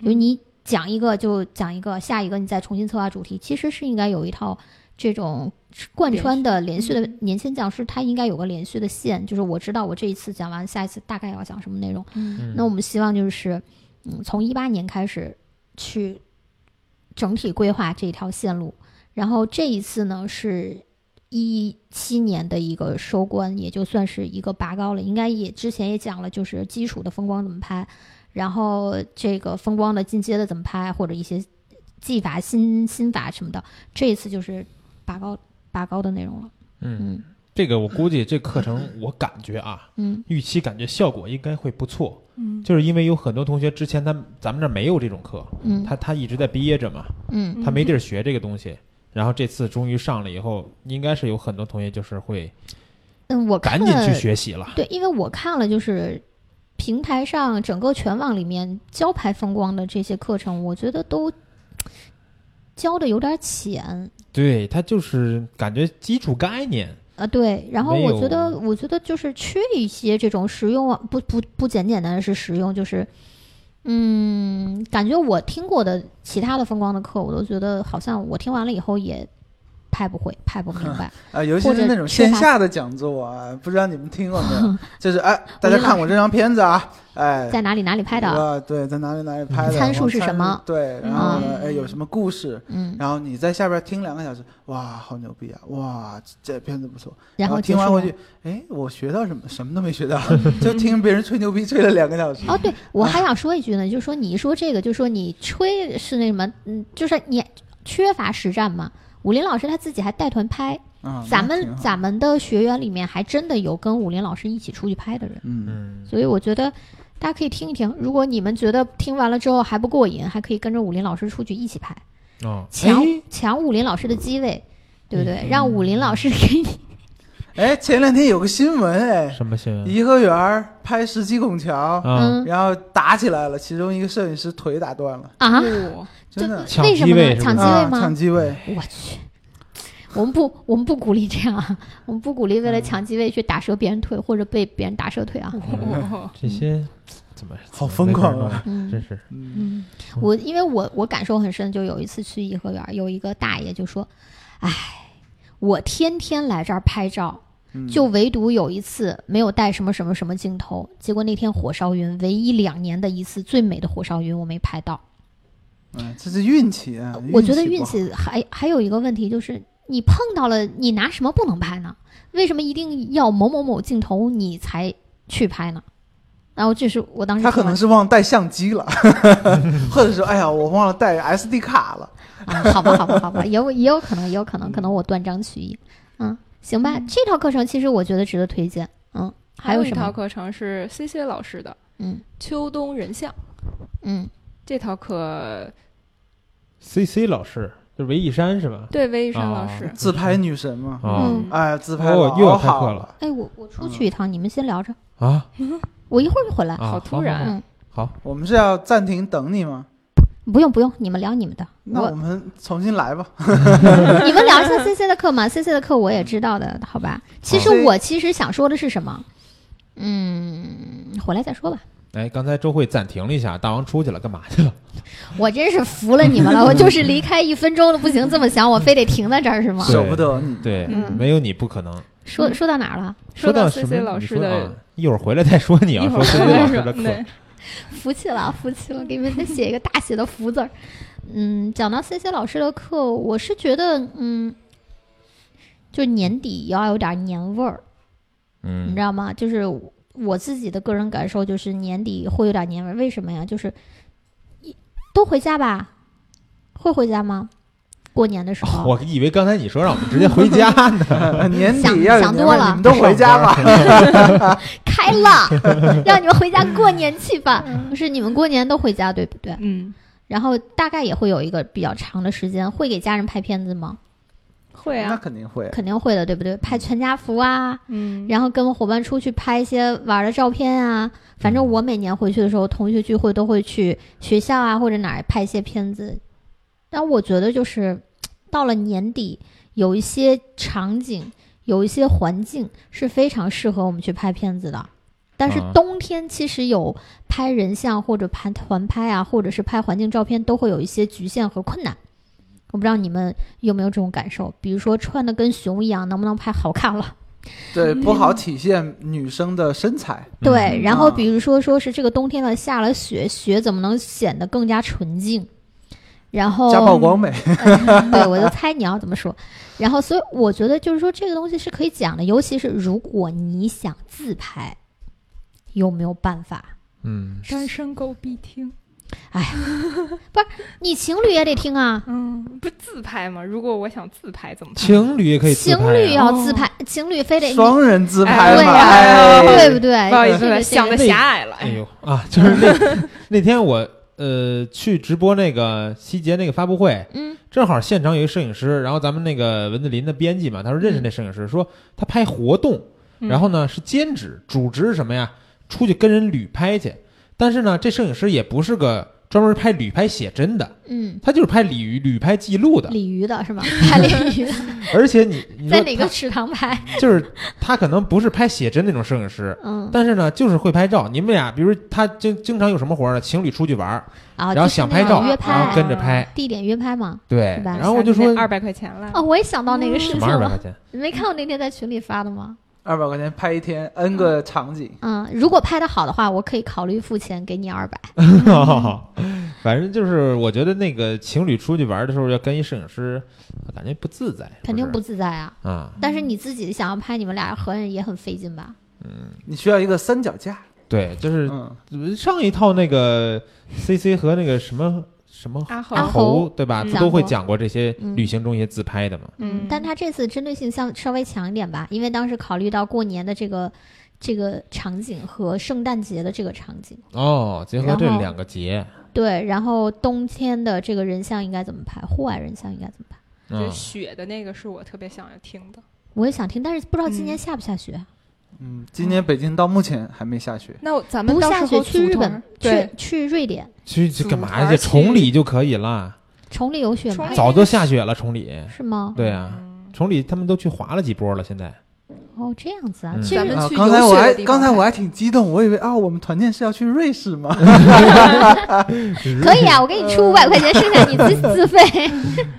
就是你讲一个就讲一个，下一个你再重新策划主题，其实是应该有一套这种贯穿的连续的嗯年轻讲师，他应该有个连续的线，就是我知道我这一次讲完，下一次大概要讲什么内容。嗯嗯那我们希望就是，嗯，从一八年开始去整体规划这条线路，然后这一次呢是一七年的一个收官，也就算是一个拔高了。应该也之前也讲了，就是基础的风光怎么拍，然后这个风光的进阶的怎么拍，或者一些技法、心心法什么的。这一次就是拔高拔高的内容了。嗯，嗯这个我估计这课程我感觉啊，嗯预期感觉效果应该会不错，嗯就是因为有很多同学之前他咱们这儿没有这种课，嗯他他一直在憋着嘛，嗯，他没地儿学这个东西。然后这次终于上了以后，应该是有很多同学就是会嗯，我赶紧看去学习了。对，因为我看了就是平台上整个全网里面教拍风光的这些课程，我觉得都教的有点浅对他就是感觉基础概念，啊。对，然后没我有觉得我觉得就是缺一些这种实用啊，不不不简简单单是实用，就是。嗯，感觉我听过的其他的风光的课，我都觉得好像我听完了以后也拍不会，拍不明 白。啊，尤其或是者那种缺线乏嗯下的讲座啊，不知道你们听过没有？就是哎，大家看我这张片子啊，哎，在哪里哪里拍的？啊，对，在哪里哪里拍的，参数我是什么对，然后呢，嗯哎，有什么故事？嗯，然后你在下边听两个小时，哇，好牛逼啊！哇，这这片子不错。然后后听结完束回了去，哎，我学到什么？什么都没学到， 就听别人吹牛逼吹了两个小时。哦，对，我还想说一句呢，就是说你一说这个，就是说你吹是那什么，嗯，就是你缺乏实战嘛。武林老师他自己还带团拍，啊，哦咱那们挺好咱们的学员里面还真的有跟武林老师一起出去拍的人，嗯，嗯，所以我觉得大家可以听一听。如果你们觉得听完了之后还不过瘾，还可以跟着武林老师出去一起拍，哦，抢哎抢武林老师的机位，对不对？嗯让武林老师给你哎，前两天有个新闻，哎，什么新闻？颐和园儿拍十七孔桥，啊，嗯然后打起来了，其中一个摄影师腿打断了，啊，哦这真的抢为什机么位呢？是抢吧机位啊，吗？抢机位，我去，我们不，我们不鼓励这样啊， 我们不鼓励为了抢机位去打折别人腿或者被别人打折腿啊。哦这些怎么好疯狂啊！嗯真是嗯，嗯，我因为我我感受很深，就有一次去颐和园，有一个大爷就说：“哎，我天天来这儿拍照，嗯就唯独有一次没有带什么什么什么镜头，结果那天火烧云，唯一两年的一次最美的火烧云我没拍到。嗯这是运气啊，我觉得运不好，气还还有一个问题就是，你碰到了，你拿什么不能拍呢？为什么一定要某某某镜头你才去拍呢？然后这是我当时他听可能完是忘带相机了， 或者说，哎呀，我忘了带 SD 卡了。啊，好吧，好吧，好 吧，也有也有可能，也有可能，可能我断章取义。嗯，行吧，这套课程其实我觉得值得推荐。嗯，还有一什套么？课程是 C C 老师的嗯《秋冬人像》，嗯这套课 C C 老师，就是韦一山是吧？对魏一山哦老师，自拍女神嘛，啊嗯，哎，自拍哦老又要开好课了了。哎，我我出去一趟，你们先聊着，啊我一会儿就回来。啊！突然好嗯，好，好我们是要暂停等你吗？不用不用，你们聊你们的，那我我们重新来吧。 你们聊一下 C C 的课嘛，C C 的课我也知道的，好吧？其实好我其实想说的是什么？嗯，回来再说吧。哎，刚才周慧暂停了一下，大王出去了，干嘛去 了？我真是服了你们了，我就是离开一分钟都不行，这么想我非得停在这儿是吗？ 对舍不得你，对，嗯没有你不可能。说说到哪儿了？说到到什 C 么 C 老师你说的啊，一会儿回来再说。你要啊一会说儿 C 回 C 来老师说的对课，服气了，服气了，给你们再写一个大写的“服”字儿。嗯，讲到 C C 老师的课，我是觉得，嗯，就是年底要有点年味儿，你嗯知道吗？就是我自己的个人感受，就是年底会有点年味儿。为什么呀？就是一都回家吧，会回家吗？过年的时哦候，我以为刚才你说让我们直接回家 呢。呃年想底要有想年多味儿了你们都回家吧。 开了， 让你们回家过年去吧。不是你们过年都回家对不对？嗯，然后大概也会有一个比较长的时间，会给家人拍片子吗？会 那啊，肯定会。肯定会的，对不对？拍全家福啊，嗯，然后跟伙伴出去拍一些玩儿的照片啊。反正我每年回去的时候，同学聚会都会去学校啊或者哪儿拍一些片子。但我觉得就是到了年底，有一些场景、有一些环境是非常适合我们去拍片子的。但是啊冬天其实有拍人像或者拍团拍啊，或者是拍环境照片，都会有一些局限和困难。我不知道你们有没有这种感受，比如说穿的跟熊一样，能不能拍好看了？对，不好体现女生的身材。对，嗯然后啊比如说说是这个冬天了，下了雪，雪怎么能显得更加纯净？然后，家暴光美， 对我就猜你要怎么说。然后，所以我觉得就是说这个东西是可以讲的，尤其是如果你想自拍，有没有办法？嗯，单身狗必听，你情侣也得听啊，嗯，不是自拍吗？如果我想自拍怎么拍？情侣也可以自情拍啊侣要自哦拍，情侣非得你双人自拍对嘛，呀哎，对不对？不好意这思，个想的那狭隘了。 哎呦啊，就是那那天我呃去直播那个希杰那个发布会，嗯，正好现场有一个摄影师，然后咱们那个文子林的编辑嘛，他说认识那摄影师，说他拍活动，嗯然后呢是兼职，主职是什么呀？出去跟人旅拍去。但是呢，这摄影师也不是个专门拍旅拍写真的，嗯，他就是拍旅旅拍记录的。鲤鱼的 是吗？拍鲤鱼的，而且你你在说哪个池塘拍？他就是他可能不是拍写真那种摄影师，嗯，但是呢就是会拍照。你们俩比如他经经常有什么活儿呢？情侣出去玩儿，啊，然后就是想那拍种照，约然后拍，跟着拍，地点约拍嘛。对是。吧然后我就说二百块钱了哦，，我也想到那个什事情么二百了块。钱？你没看我那天在群里发的吗？二百块钱拍一天 N 个场景，嗯，如果拍的好的话，我可以考虑付钱给你二百。反正就是，我觉得那个情侣出去玩的时候要跟一摄影师，感觉不自在，肯定不不自在啊。是嗯啊。但是你自己想要拍你们俩合影也很费劲吧？你需要一个三脚架。对，就是嗯，上一套那个 C C 和那个什么什么阿豪阿，猴猴对吧，嗯不都会讲过这些嗯旅行中一些自拍的嘛？嗯，但他这次针对性相稍微强一点吧，因为当时考虑到过年的这个这个场景和圣诞节的这个场景，哦，结合然这后两个节，对，然后冬天的这个人像应该怎么拍，户外人像应该怎么拍？就嗯雪的那个是我特别想要听的，我也想听，但是不知道今年下不下雪。啊嗯，今年北京到目前还没下雪，那咱们不到下时雪候去组日团本，对去，去瑞典，去去干组团嘛儿去？去崇礼就可以了，崇礼有雪崇吗礼？早就下雪了。崇礼，是吗？对啊，嗯崇礼他们都去滑了几波了，现在哦，这样子啊，嗯其咱实们啊，去刚游才我学的还地方刚才看我还挺激动，我以为啊，我们团建是要去瑞士嘛。可以啊，我给你出五百块钱，剩下你自自费。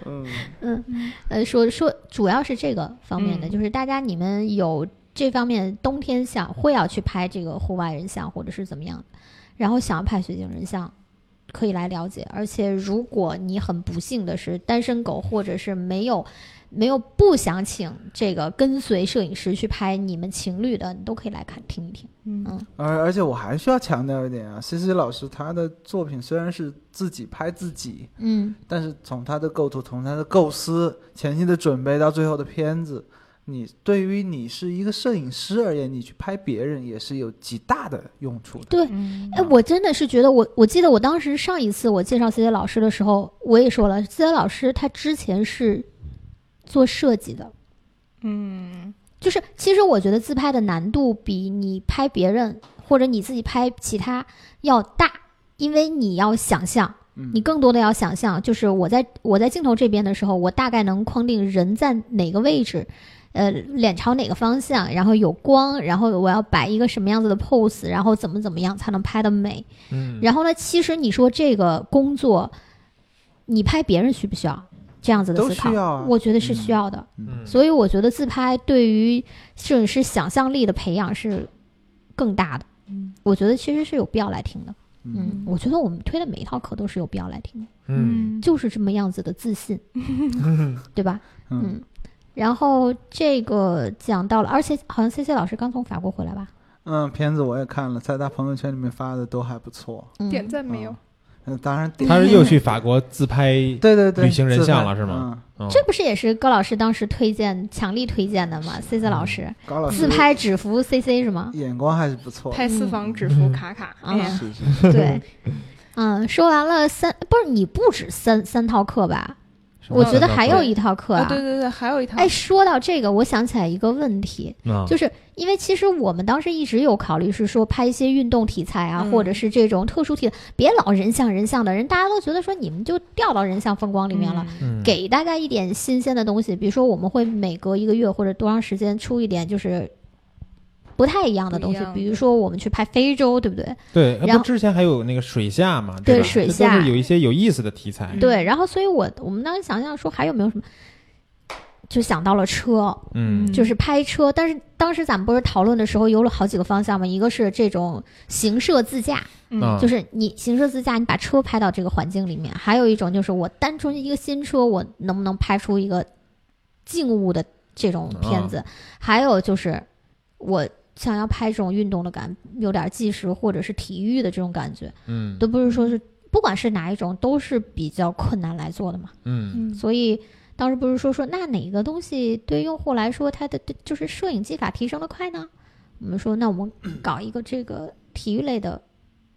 嗯，呃，说说主要是这个方面的，嗯就是大家你们有这方面冬天想会要去拍这个户外人像或者是怎么样的，然后想要拍雪景人像。可以来了解，而且如果你很不幸的是单身狗，或者是没有没有不想请这个跟随摄影师去拍你们情侣的，你都可以来看听一听。嗯而而且我还需要强调一点啊，西西老师他的作品虽然是自己拍自己，嗯，但是从他的构图、从他的构思、前期的准备到最后的片子，你对于你是一个摄影师而言，你去拍别人也是有极大的用处的。对，嗯哎，我真的是觉得我，我记得我当时上一次我介绍 C C 老师的时候，我也说了，C C 老师他之前是做设计的，嗯就是其实我觉得自拍的难度比你拍别人或者你自己拍其他要大，因为你要想象，嗯，你更多的要想象，就是我在我在镜头这边的时候，我大概能框定人在哪个位置，呃，脸朝哪个方向，然后有光，然后我要摆一个什么样子的 pose，然后怎么怎么样才能拍的美。嗯，然后呢，其实你说这个工作，你拍别人需不需要这样子的都思考？需要啊我觉得是需要的。嗯所以我觉得自拍对于摄影师想象力的培养是更大的。嗯我觉得其实是有必要来听的。嗯，我觉得我们推的每一套课都是有必要来听的，嗯，就是这么样子的自 信，对吧？嗯嗯。然后这个讲到了，而且好像 C C 老师刚从法国回来吧？嗯，片子我也看了，在他朋友圈里面发的都还不错。嗯、点赞没有？嗯，当然点他是又去法国自拍，对对对，旅行人自拍像了是吗？嗯这不是也是高老师当时推荐、强力推荐的吗？C C 老师、嗯，高老师自拍只服 C C 是吗？眼光还是不错。拍私房指腹卡卡，嗯哎呀，是 是是，对，嗯，说完了三，不是你不止三三套课吧？什么我觉得三道还口有一嗯套课啊啊对。对对，还有一套，哎，说到这个，我想起来一个问题，嗯就是因为其实我们当时一直有考虑是说拍一些运动题材啊，嗯或者是这种特殊题材，别老人像人像的人，大家都觉得说你们就掉到人像风光里面了。嗯，嗯给大家一点新鲜的东西，比如说我们会每隔一个月或者多长时间出一点就是不太一样的东西不一，样的比如说我们去拍非洲，对不对？对，呃不然后之前还有那个水下嘛，对吧？水这下都是有一些有意思的题材嗯，对，然后所以我我们当时想象说还有没有什么，就想到了车，嗯嗯就是拍车。但是当时咱们不是讨论的时候有了好几个方向嘛，一个是这种行摄自驾，啊嗯，就是你行摄自驾，你把车拍到这个环境里面；还有一种就是我单纯一个新车，我能不能拍出一个静物的这种片子？还有就是我。想要拍这种运动的感，有点纪实或者是体育的这种感觉，嗯都不是说是，不管是哪一种，都是比较困难来做的嘛。嗯嗯所以当时不是说说那哪个东西对用户来说，它的对就是摄影技法提升的快呢？我们说那 我们搞一个这个体育类的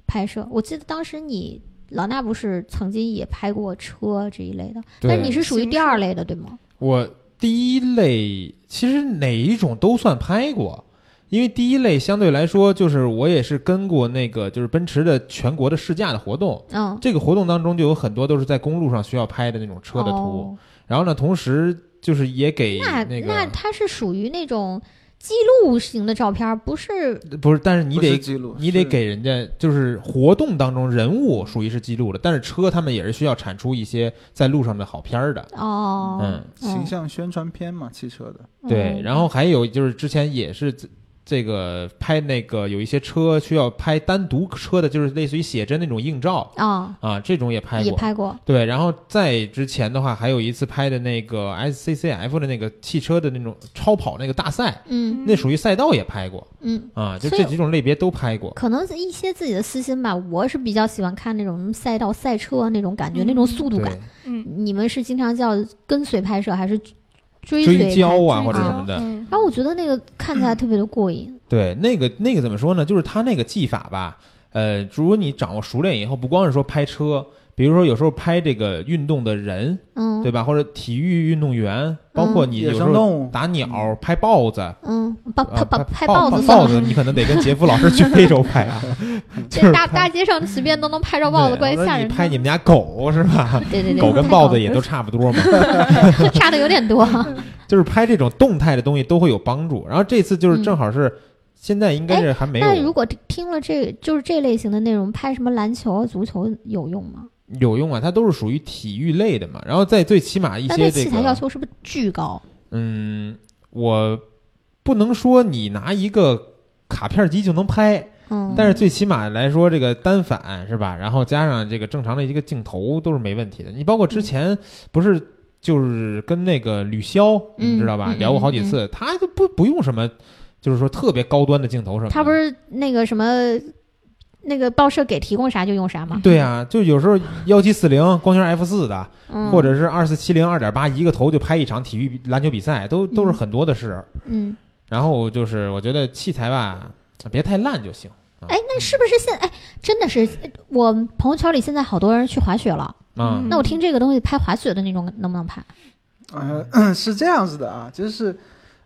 拍摄。我记得当时你老衲不是曾经也拍过车这一类的，但你对，是属于行第二类的对吗？我第一类其实哪一种都算拍过。因为第一类相对来说，就是我也是跟过那个就是奔驰的全国的试驾的活动，嗯，这个活动当中就有很多都是在公路上需要拍的那种车的图，哦、然后呢，同时就是也给那个那它是属于那种记录型的照片，不是不是，但是你不是得记录，你得是给人家，就是活动当中人物属于是记录的，但是车他们也是需要产出一些在路上的好片儿的，哦。嗯，形象宣传片嘛，汽车的。对。嗯然后还有就是之前也是这这个拍那个有一些车需要拍单独车的，就是类似于写真那种硬照啊、啊，这种也拍也过。拍过，对，然后在之前的话，还有一次拍的那个 SCCF 的那个汽车的那种超跑那个大赛，嗯那属于赛道也拍过嗯，啊，就所以这几种类别都拍过。可能是一些自己的私心吧，我是比较喜欢看那种赛道赛车啊那种感觉，嗯那种速度对，感。嗯，你们是经常叫跟随拍摄还是追随追拍焦啊追或者焦什么的嗯然后我觉得那个看起来特别的过瘾。对，那个那个怎么说呢？就是他那个技法吧，呃，如果你掌握熟练以后，不光是说拍车，比如说有时候拍这个运动的人，嗯，对吧？或者体育运动员，包括你有野时生候动物，打鸟、拍豹子，嗯，把啊拍把拍拍豹豹子豹算子，了，你可能得跟杰夫老师去非洲拍 啊，就是这大拍大街上随便都能拍着豹子，对怪我说吓你人的。拍你们家狗是 吧？对对对，狗跟拍豹子也都差不多嘛，差的有点多。就是拍这种动态的东西都会有帮助。然后这次就是正好是现在应该是还没嗯哎那如有果听了这就是这类型的内容，拍什么篮球啊、足球有用吗？有用啊，它都是属于体育类的嘛。然后在最起码一那些对这器材要个，求是不是巨高？嗯，我不能说你拿一个卡片机就能拍，嗯，但是最起码来说，这个单反是吧？然后加上这个正常的一个镜头都是没问题的。你包嗯括之前不是就是跟那个吕潇，你们知道吧？嗯嗯聊过好几次，他就不不用什么，就是说特别高端的镜头什么的。他不是那个什么那个报社给提供啥就用啥吗？对啊，就有时候幺七四零光圈 F 四的，嗯，或者是二四七零二点八，一个头就拍一场体育比篮球比赛，都都是很多的事。嗯，然后就是我觉得器材吧，别太烂就行哎，那是不是现哎真的是我朋友圈里现在好多人去滑雪了？啊。嗯那我听这个东西拍滑雪的那种能不能拍？呃， 是这样子的啊，就是，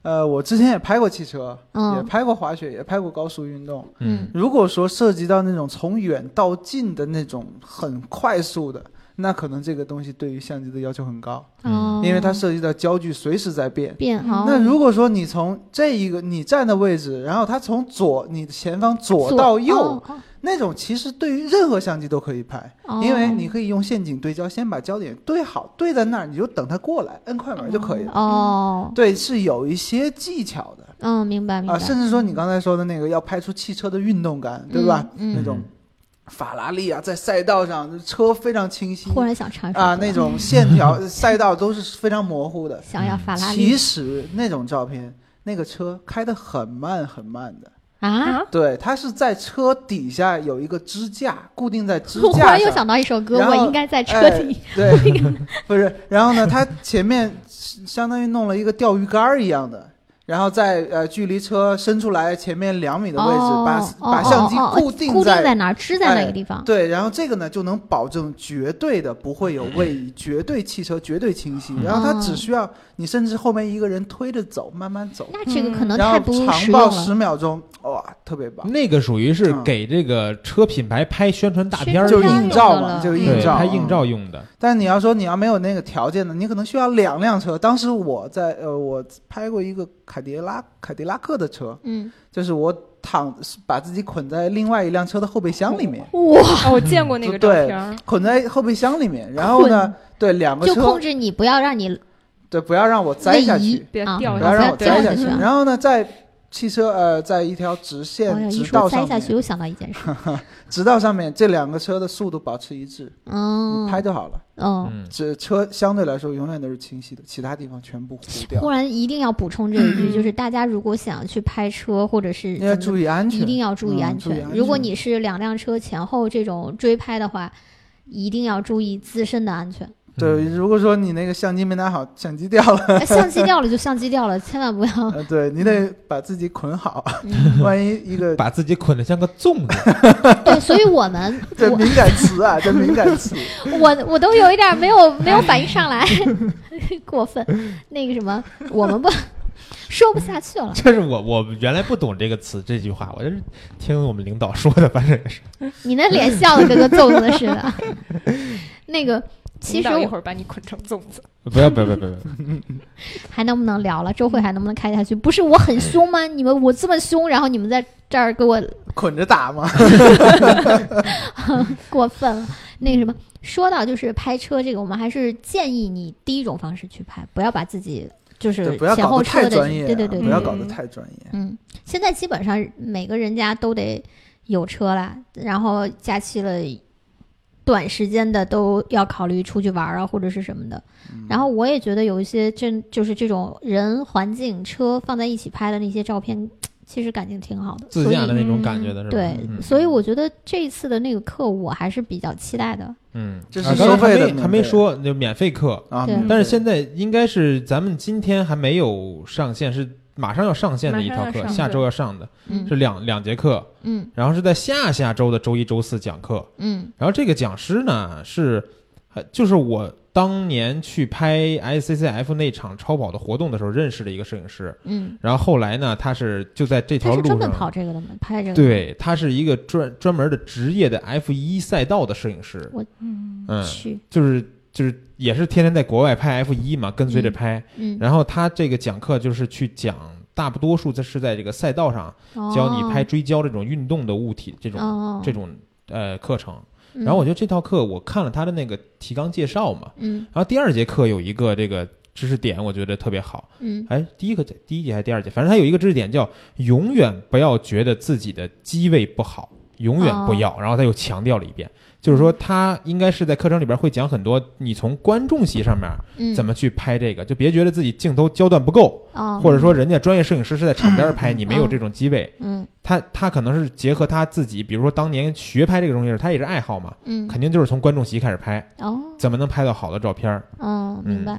呃，我之前也拍过汽车，也嗯拍过滑雪，也拍过高速运动。嗯，如果说涉及到那种从远到近的那种很快速的，那可能这个东西对于相机的要求很高，哦，嗯因为它涉及到焦距随时在变。变哦。那如果说你从这一个你站的位置，然后它从左你的前方左左到右，哦哦那种其实对于任何相机都可以拍，哦因为你可以用陷阱对焦，先把焦点对好，对在那儿你就等它过来，摁快门就可以了。哦，对，是有一些技巧的嗯，明白嗯明啊，白，甚至说你刚才说的那个要拍出汽车的运动感，对吧？嗯？那嗯，种法拉利啊，在赛道上车非常清晰忽然想尝试啊，那 种线条赛道都是非常模糊的。想要法拉利嗯其实那种照片，那个车开得很慢很慢的，啊！啊，对，它是在车底下有一个支架，固定在 支我忽架然又上。想到一首歌，然我后应该在车哎底。，对， 不是，然后呢，它前面相当于弄了一个钓鱼竿儿一样的，然后在呃距离车伸出来前面两米的位置，哦把哦把相机哦哦固固定定在在哪儿，支在哪个哎地方。对，然后这个呢就能保证绝对的不会有位移，绝对汽车绝对清晰。然后它只需要你甚至后面一个人推着走，慢慢走，那这个可嗯能然太后不实长用报了十。秒钟，哇，特别棒，那个属于是嗯给这个车品牌拍宣传大片儿就用是的，映照用的嘛，嗯了嗯就是对，映照，拍映照。用的。但你要说你要没有那个条件呢，你可能需要两辆车。当时我在呃，我拍过一个凯迪拉凯迪拉克的车，嗯，就是我躺把自己捆在另外一辆车的后备箱里面，哇，哦，我见过那个照对片儿，捆在后备箱里面，然后呢，对两个就车控，制你不要让你对不要让我栽位下移去。嗯别啊，掉不下去要让我对栽下去。对然后呢，在汽车呃，在一条直啊哎呀线一直说道栽上下去，面，又想到一件事。直道上面这两个车的速度保持一致，嗯你，拍就好了。嗯，嗯，这车相对来说永远都是清晰的，其他地方全部糊忽掉。然一定要补充这一句， 嗯就是大家如果想去拍车或者是你要怎么注意安一定全。要注意嗯安注意全。安如果全你是两辆车前后这种追拍的话，一定要注意自身的安全。对，嗯如果说你那个相机没拿好，相机掉 了，哎相机掉了就相机掉了，千万 不要。 呃对你得把自己 捆好，嗯、万一一个把自己捆得像个粽子。 对，所以我们这敏感词啊，这敏 感词，我我我都有一点儿没 有没有反应上来， 过分。那个什么，我们不说不下去了。这是我我原来不懂这个词这句话，我就是听我们领导说的，反正也是。你那脸笑的跟个粽子似的。那个其领实导一我会儿把你捆成粽子，不要不要不要不要！还能不能聊了？周慧还能不能开下去？不是我很凶吗？你们我这么凶，然后你们在这儿给我捆着打嘛。过分了。那个什么，说到就是拍车这个，我们还是建议你第一种方式去拍，不要把自己就是对，不要前搞后得车太的，专业啊，对对对，不要搞嗯得太专业。嗯，现在基本上每个人家都得有车啦，然后假期了，短时间的都要考虑出去玩儿啊，或者是什么的。嗯嗯然后我也觉得有一些真就是这种人、环境、车放在一起拍的那些照片，其实感情挺好的。自所以驾的那种感觉的是吧？对，嗯所以我觉得这次的那个课我还是比较期待的。嗯，这是啊刚才收费的还免没费还没说就免费课，啊对，明但是白现在应该是咱们今天还没有上线，是马上要上线的一马套上要课，上下周要上的嗯是两两节课，嗯然后是在下下周的周一周四讲课。嗯然后这个讲师呢是，呃就是我当年去拍 ICCF 那场超跑的活动的时候认识的一个摄影师。嗯，然后后来呢，他是就在这他条是路专上，门跑这个的吗？拍这个？，对，他是一个专专门的职业的 F 一赛道的摄影师，嗯嗯，去，就是就是也是天天在国外拍 F 一嘛，跟随着拍。嗯，然后他这个讲课就是去讲，大多数在是在这个赛道上教你拍追焦这种运动的物体，这种、哦，这种，种呃课程。嗯然后我觉得这套课我看了他的那个提纲介绍嘛，嗯然后第二节课有一个这个知识点，我觉得特别好。嗯哎，第一个第一节还是第二节，反正它有一个知识点叫“永远不要觉得自己的机位不好，永哦远不要”然后他又强调了一遍，就是说他应该是在课程里边会讲很多，你从观众席上面嗯，怎么去拍这个，就别觉得自己镜头焦段不够，哦，或者说人家专业摄影师是在场边拍，你没有嗯这种机位。嗯他他可能是结合他自己，比如说当年学拍这个东西时，他也是爱好嘛，嗯，肯定就是从观众席开始拍，哦，怎么能拍到好的照片儿？嗯，明嗯白。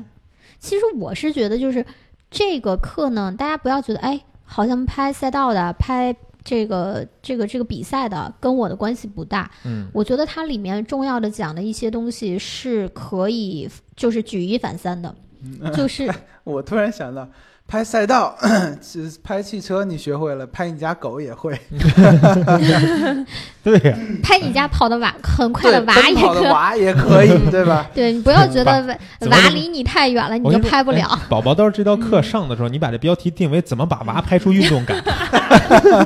其实我是觉得，就是这个课呢，大家不要觉得，哎，好像拍赛道的、拍这个这个这个比赛的，跟我的关系不大。嗯我觉得它里面重要的讲的一些东西是可以，就是举一反三的，就是我突然想到，拍赛道，其实拍汽车你学会了，拍你家狗也会，对呀、拍你家跑的娃，很快对，的娃奔也跑的可。娃也可以，对吧？对你不要觉得怎么娃这么离你太远了，你 我就跟说拍不哎了。宝宝到时候这道课上的时候，你把这标题定为“怎么把娃拍出运动 感”，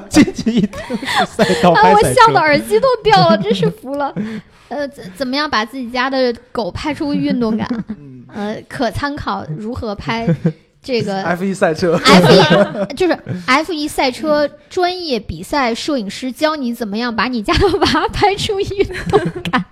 进去一听是赛道啊！拍我赛笑车。的耳机都掉了， 真是服了。呃，怎怎么样把自己家的狗拍出运动感？ 嗯呃，可参考如何拍这 个，F 一赛车， F 一，就是 F 一赛车专业比赛摄影师教你怎么样把你家的娃 拍出运动感。啊，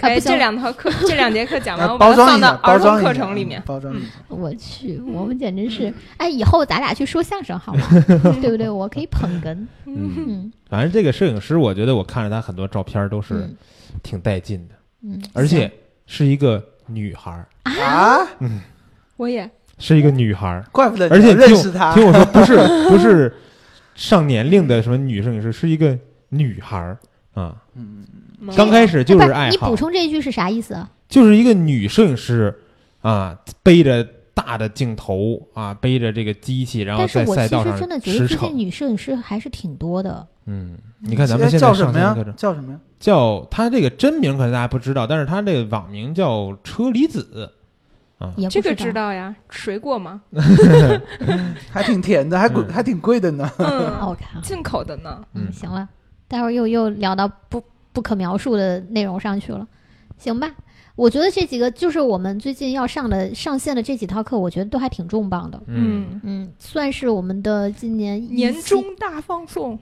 哎，不这行，两套 课，这两节课讲完，来我把包它装放一到下，包儿童装一课下程里面嗯。包装一下。我去，我们简直是，哎，以后咱俩去说相声好吗？ 对不对？我可以捧哏，嗯，嗯，反正这个摄影师，我觉得我看着他很多照片都是嗯，挺带劲的，嗯，而且是一个女孩儿，啊，我也是一个女孩儿，怪不得而你且能认听识我啊他听，我嗯说， 不是不是上年龄的什么女摄影师，是一个女孩儿啊。嗯，懵刚开了始就行哎是不爱你好补，充这一句是啥意思啊？就是一个女摄影师啊，背着大的镜头啊，背着这个机器，然后但是在我赛其道实上真的觉得驰最近骋。女摄影师还是挺多的。嗯，你看咱们哎现在叫什上么线的呀课程？叫什么呀？叫他这个真名可能大家不知道，但是他这个网名叫车厘子。也不这个道知道呀，水果嘛，还挺甜的，还贵，嗯还挺贵的呢。哦 嗯，我靠，进口的呢。嗯嗯，行了，待会儿又又聊到不不可描述的内容上去了，行吧？我觉得这几个就是我们最近要上的上线的这几套课，我觉得都还挺重磅的。嗯，嗯，算是我们的今年一年期终大放送，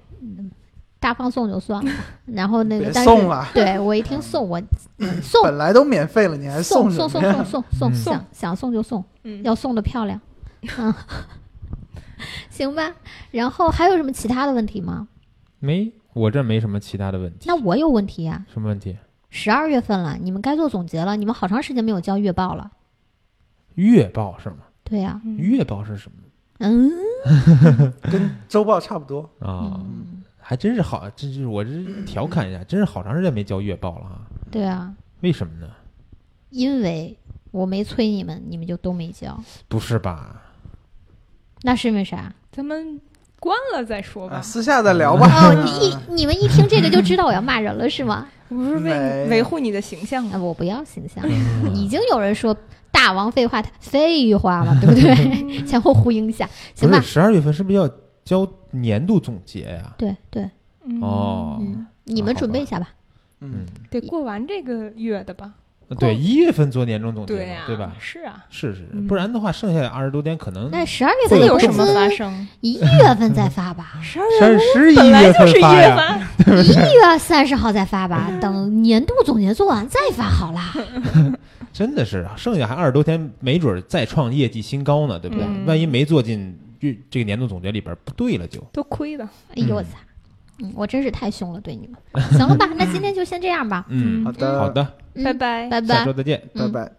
大放送 就算了，然后那个别但送是了，对我一听送 我送本来都免费了，你还送什送么送呀？送嗯送送想想送就送，嗯，要送的漂亮，嗯， 行吧。然后还有什么其他的问题吗？没，我这没什么其他的问题。那我有问题呀、什么问题？十二月份了，你们该做总结了。你们好长时间没有交月报了。月报是吗？对呀、嗯月报是什么嗯，跟周报差不多。啊？嗯还真是好，这就是我这嗯调侃一下，真是好长时间没交月报了啊！对啊，为什么呢？因为我没催你们，你们就都没交，不是吧？那是因 为啥？咱们关了再说啊，吧。私下再聊吧。嗯哦，你一你们一听这个就知道我要骂人了是吗？我不是为没你维护你的形象吗？啊，我不要形象，嗯嗯已经有人说大王废话太废话了，对 不对？前后呼应一下，行不是吧？十二月份是不是要交年度总结呀、对对，嗯哦，嗯，你们好准备吧一下吧。嗯，得过完这个月的吧？对，一月份做年终总结嘛，对呀，对吧？是啊，是是，是嗯不然的话，剩下的二十多天可能那十二月会这份的有什工么资发生？一月份再发吧。 十二三月十一本来月就是份一发月呀，份，一月三十号再发吧，等年度总结做完再发好啦。真的是啊剩下还二十多天，没准儿再创业绩新高呢，对不对？嗯万一没做进月这个年度总结里边儿，不对了就。都亏的。哎呦我操！嗯，我真是太凶了，对你们。行了吧，那今天就先这样吧。嗯，好的，好，的，嗯拜拜。拜下拜周。再见。拜嗯拜。